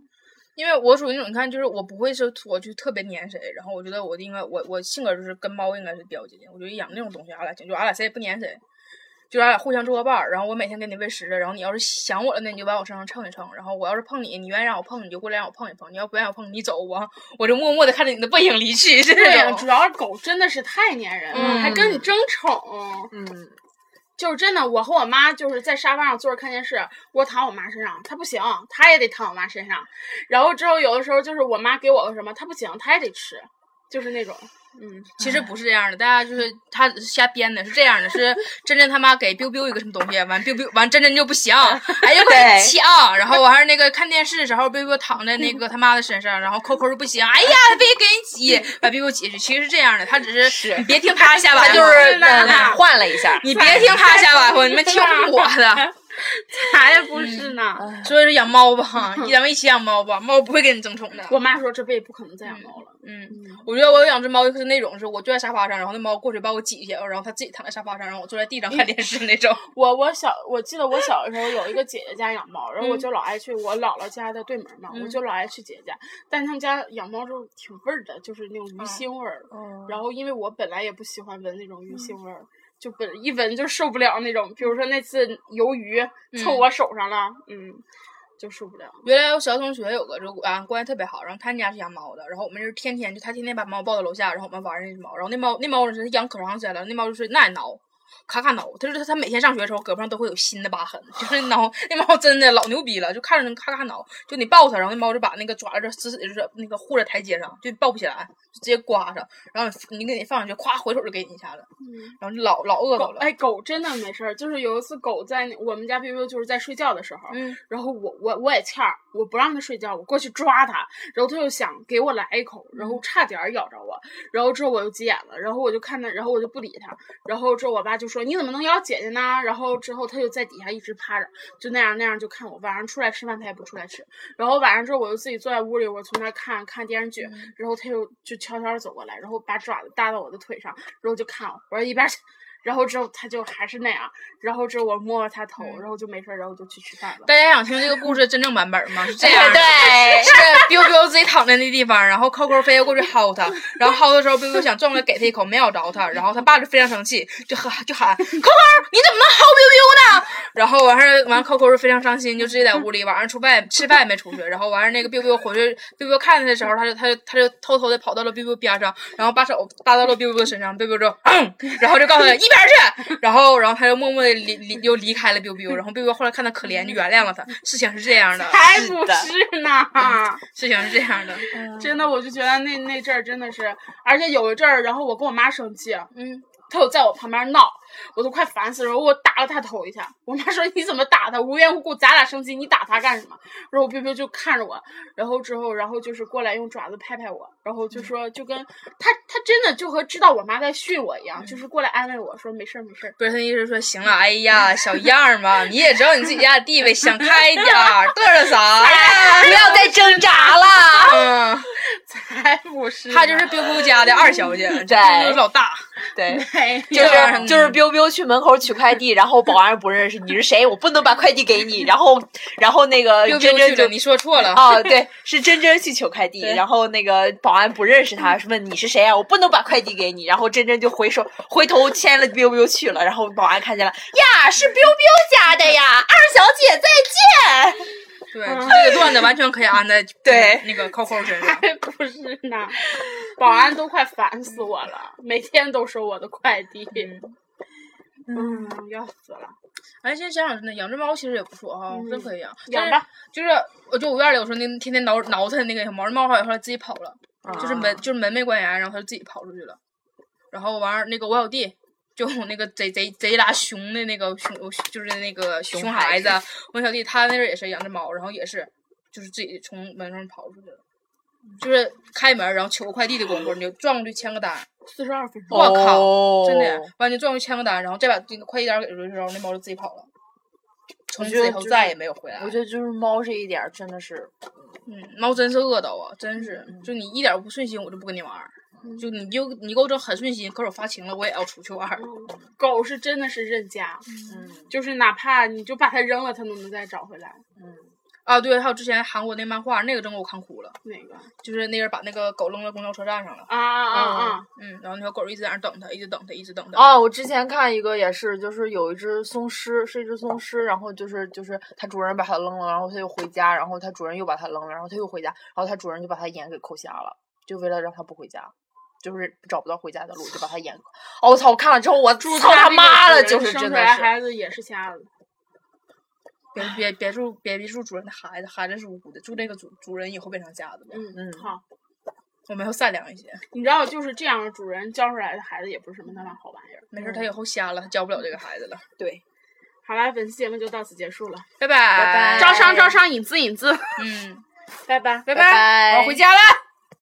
[SPEAKER 3] 因为我属于那种，你看，就是我不会是我就特别粘谁，然后我觉得我的应该我我性格就是跟猫应该是比较接近，我觉得养那种东西俺俩行，就俺俩谁也不粘谁，就俺俩互相做个伴儿，然后我每天给你喂食的，然后你要是想我了，那你就往我身上蹭一蹭，然后我要是碰你，你愿意让我碰你就过来让我碰一碰，你要不愿意我碰你，你走我我就默默的看着你的背影离去， 这
[SPEAKER 2] 对呀、
[SPEAKER 3] 种
[SPEAKER 2] 主要是狗真的是太粘人了，还跟你争宠。
[SPEAKER 4] 嗯，
[SPEAKER 2] 就是真的，我和我妈就是在沙发上坐着看电视，我躺我妈身上，她不行，她也得躺我妈身上。然后之后有的时候就是我妈给我个什么，她不行，她也得吃，就是那种，嗯，
[SPEAKER 3] 其实不是这样的，大家就是他瞎编的，是这样的， 是真真他妈给 biu biu 一个什么东西，完 biu biu 完真真就不 行，哎呀快
[SPEAKER 4] 对
[SPEAKER 3] 抢，然后完事那个看电视的时候 biu biu 躺在那个他妈的身上，然后扣扣就不行，哎呀别给人挤，把 biu biu 挤去，其实是这样的，他只嗯是
[SPEAKER 4] 是
[SPEAKER 3] 你别听他 瞎
[SPEAKER 4] 它
[SPEAKER 3] 白活，
[SPEAKER 4] 就是
[SPEAKER 2] 那
[SPEAKER 4] 嗯换了一下。
[SPEAKER 3] 你别听他瞎白活，你 们听我的，啊
[SPEAKER 2] 啥也不是呢。
[SPEAKER 3] 所以说养猫 吧，咱们一起养猫吧，猫不会跟你争宠的。
[SPEAKER 2] 我妈说这辈子不可能再养猫了。
[SPEAKER 3] 嗯，我觉得我有养只猫，就是那种是我坐在沙发上，然后那猫过去把我挤一下，然后它自己躺在沙发上，然后我坐在地上看电视那种。
[SPEAKER 2] 我我小我记得我小的时候有一个姐姐家养猫，然后我就老爱去我姥姥家的对门嘛，我就老爱去姐姐家，但他们家养猫就是挺味儿的，就是那种鱼腥味儿。然后因为我本来也不喜欢闻那种鱼腥味儿。就本一闻就受不了那种，比如说那次鱿鱼蹭我手上了，嗯就受不了。
[SPEAKER 3] 原来我小学同学有个就啊关系特别好，然后他们家是养猫的，然后我们就是天天就他天天把猫抱到楼下，然后我们玩那只猫，然后那猫那猫真是养可长时间了，那猫就是那也挠，咔咔挠，他就是他每天上学的时候胳膊上都会有新的疤痕， 就是挠那猫真的老牛逼了，就看着能咔咔挠，就你抱它，然后那猫就把那个爪子死死就是那个护着台阶上，就抱不起来，就直接刮上，然后你你给你放上去，咵回手就给你一下子，然后就老老恶搞
[SPEAKER 2] 狗
[SPEAKER 3] 了，
[SPEAKER 2] 哎，狗真的没事儿。就是有一次狗在我们家 B B 就是在睡觉的时候，
[SPEAKER 3] 嗯，
[SPEAKER 2] 然后我我我也欠儿，我不让它睡觉，我过去抓它，然后它就想给我来一口，然后差点儿咬着我，然后之后我就急眼了，然后我就看它，然后我就不理它，然后之后我爸就说你怎么能咬姐姐呢？然后之后它就在底下一直趴着，就那样那样就看我，晚上出来吃饭它也不出来吃，然后晚上之后我就自己坐在屋里，我从那儿看看电视剧，然后它又就悄悄地走过来，然后把爪子搭到我的腿上，然后就看我，我说一边去。然后之后它就还是那样，然后之后我摸摸它头，然后就没事儿，然后就去吃饭了。
[SPEAKER 3] 大家想听这个故事真正版本吗？是这
[SPEAKER 4] 对
[SPEAKER 3] 样的。
[SPEAKER 4] 对，
[SPEAKER 3] 是 biu biu 自己躺在那地方，然后扣扣飞过去薅他，然后薅的时候 biu biu 想转过来给他一口，没咬着他，然后他爸就非常生气，就喊就喊扣扣你怎么能薅 biu biu 呢？然后完事儿完扣扣就非常伤心，就自己在屋里，晚上出饭吃饭也没出去，然后完事儿那个 biu biu 回去 biu biu 看他的时候，他就他就他就偷偷的跑到了 biu biu 边上，然后把手搭到了 biu biu 身上，biu biu 就嗯，然后就告诉他一边儿去，然后然后他就默默的离离又离开了 biu biu，然后 biu biu 后来看他可怜就原谅了他，事情是这样的，
[SPEAKER 2] 才
[SPEAKER 4] 是
[SPEAKER 2] 不
[SPEAKER 4] 的
[SPEAKER 2] 是呢！
[SPEAKER 3] 事情是这样的，
[SPEAKER 2] 真的，我就觉得那那阵儿真的是，而且有一阵儿，然后我跟我妈生气，
[SPEAKER 3] 嗯。
[SPEAKER 2] 她有在我旁边闹，我都快烦死了。我打了她头一下，我妈说你怎么打她？无缘无故咱俩生气，你打她干什么？然后我 biu biu 就看着我，然后之后，然后就是过来用爪子拍拍我，然后就说就跟她她真的就和知道我妈在训我一样，就是过来安慰我说没事儿没事儿。
[SPEAKER 3] 不是他的意思是说，行了，哎呀，小样儿嘛，你也知道你自己家的地位，想开一点儿，嘚瑟啥 呀？
[SPEAKER 4] 哎不要再挣扎了。
[SPEAKER 3] 嗯，
[SPEAKER 2] 才不是呢，
[SPEAKER 3] 她就是 biu biu 家的二小姐，
[SPEAKER 4] 对
[SPEAKER 3] 就是老大，
[SPEAKER 4] 对，
[SPEAKER 2] 没有
[SPEAKER 4] 就是就是
[SPEAKER 3] 嗯
[SPEAKER 4] biu biu 去门口取快递，然后保安不认识你是谁，我不能把快递给你。然后然后那个
[SPEAKER 3] biu
[SPEAKER 4] 呃真
[SPEAKER 3] biu
[SPEAKER 4] 真
[SPEAKER 3] 去了，
[SPEAKER 4] 就
[SPEAKER 3] 你说错了，
[SPEAKER 4] 啊，对，是真真去取快递，
[SPEAKER 3] 对
[SPEAKER 4] 然后那个保安不认识他，问你是谁啊？我不能把快递给你。然后真真就回手回头牵了 biu biu 去了，然后保安看见了，呀，是 biu biu 家的呀，二小姐再见。
[SPEAKER 3] 对，这个段子完全可以安在
[SPEAKER 4] 对
[SPEAKER 3] 那个扣扣身上。
[SPEAKER 2] 才不是呢，保安都快烦死我了，每天都收我的快递，嗯，要死了。
[SPEAKER 3] 哎，现在想想真的，养只猫其实也不错哈、
[SPEAKER 2] 嗯
[SPEAKER 3] 真可以养。
[SPEAKER 2] 养
[SPEAKER 3] 但是
[SPEAKER 2] 吧
[SPEAKER 3] 就是，我就我院里有时候那天天挠挠它那个小猫，那猫后来后来自己跑了，
[SPEAKER 4] 啊
[SPEAKER 3] 就是门就是门没关严，然后它就自己跑出去了。然后完儿那个我小弟。就我那个贼贼贼拉熊的那个熊，就是那个
[SPEAKER 4] 熊
[SPEAKER 3] 熊
[SPEAKER 4] 孩
[SPEAKER 3] 孩
[SPEAKER 4] 子
[SPEAKER 3] 子，我小弟他那阵儿也是养只猫，然后也是，就是自己从门上跑出去了，就是开门然后取个快递的功夫，你就转过去签个单，
[SPEAKER 2] 四十二分钟，
[SPEAKER 3] 我靠
[SPEAKER 4] 靠
[SPEAKER 3] 真的，完你转过去签个单，然后再把这个快递单给出去，然后那猫就自己跑了，从此
[SPEAKER 4] 觉得
[SPEAKER 3] 以后
[SPEAKER 4] 就是
[SPEAKER 3] 再也没有回来。
[SPEAKER 4] 我觉得就是猫这一点儿真的是，
[SPEAKER 3] 嗯，猫真是恶到啊，真是，
[SPEAKER 4] 嗯
[SPEAKER 3] 就你一点不顺心，我就不跟你玩儿。就你就你给我整很顺心，可是我发情了，我也要出去玩儿。
[SPEAKER 2] 狗是真的是认家，
[SPEAKER 4] 嗯
[SPEAKER 2] 就是哪怕你就把它扔了，它都能再找回来。
[SPEAKER 4] 嗯，
[SPEAKER 3] 啊，对，还有之前韩国那漫画，那个真给我看哭了，
[SPEAKER 2] 哪
[SPEAKER 4] 嗯
[SPEAKER 2] 个？啊
[SPEAKER 3] 就是那人把那个狗扔到公交车站上了。
[SPEAKER 2] 啊啊啊！
[SPEAKER 3] 嗯，然后那条狗一直在那儿等他，一直等他，一直等他。
[SPEAKER 4] 哦，我之前看一个也是，就是有一只松狮，是一只松狮，然后就是就是它主人把它扔了，然后它又回家，然后它主人又把它扔了，然后它又回家，然后它主人就把它眼给抠瞎了，就为了让它不回家，就是找不到回家的路，就把它眼。哦，我操！我看了之后，我
[SPEAKER 2] 住
[SPEAKER 4] 操他妈了，就是
[SPEAKER 2] 生
[SPEAKER 4] 真
[SPEAKER 2] 出
[SPEAKER 4] 的
[SPEAKER 2] 来
[SPEAKER 4] 是。
[SPEAKER 2] 孩子也是瞎子。
[SPEAKER 3] 别别别住别别住主人的孩子，孩子是无辜的，住这个主主人以后变成瞎子吧。
[SPEAKER 2] 嗯
[SPEAKER 4] 嗯
[SPEAKER 2] 好，
[SPEAKER 3] 我们要善良一些，
[SPEAKER 2] 你知道就是这样，主人教出来的孩子也不是什么他妈好玩意儿。
[SPEAKER 3] 没事儿
[SPEAKER 4] 嗯
[SPEAKER 3] 他以后瞎了，他教不了这个孩子了。
[SPEAKER 4] 对，
[SPEAKER 2] 好啦，本期节目就到此结束了，
[SPEAKER 3] 拜拜，
[SPEAKER 4] 拜
[SPEAKER 2] 招商
[SPEAKER 4] 哎
[SPEAKER 2] 招商，引资引资，
[SPEAKER 3] 嗯，
[SPEAKER 2] 拜拜。
[SPEAKER 3] 拜
[SPEAKER 4] 拜
[SPEAKER 3] 我要回家了。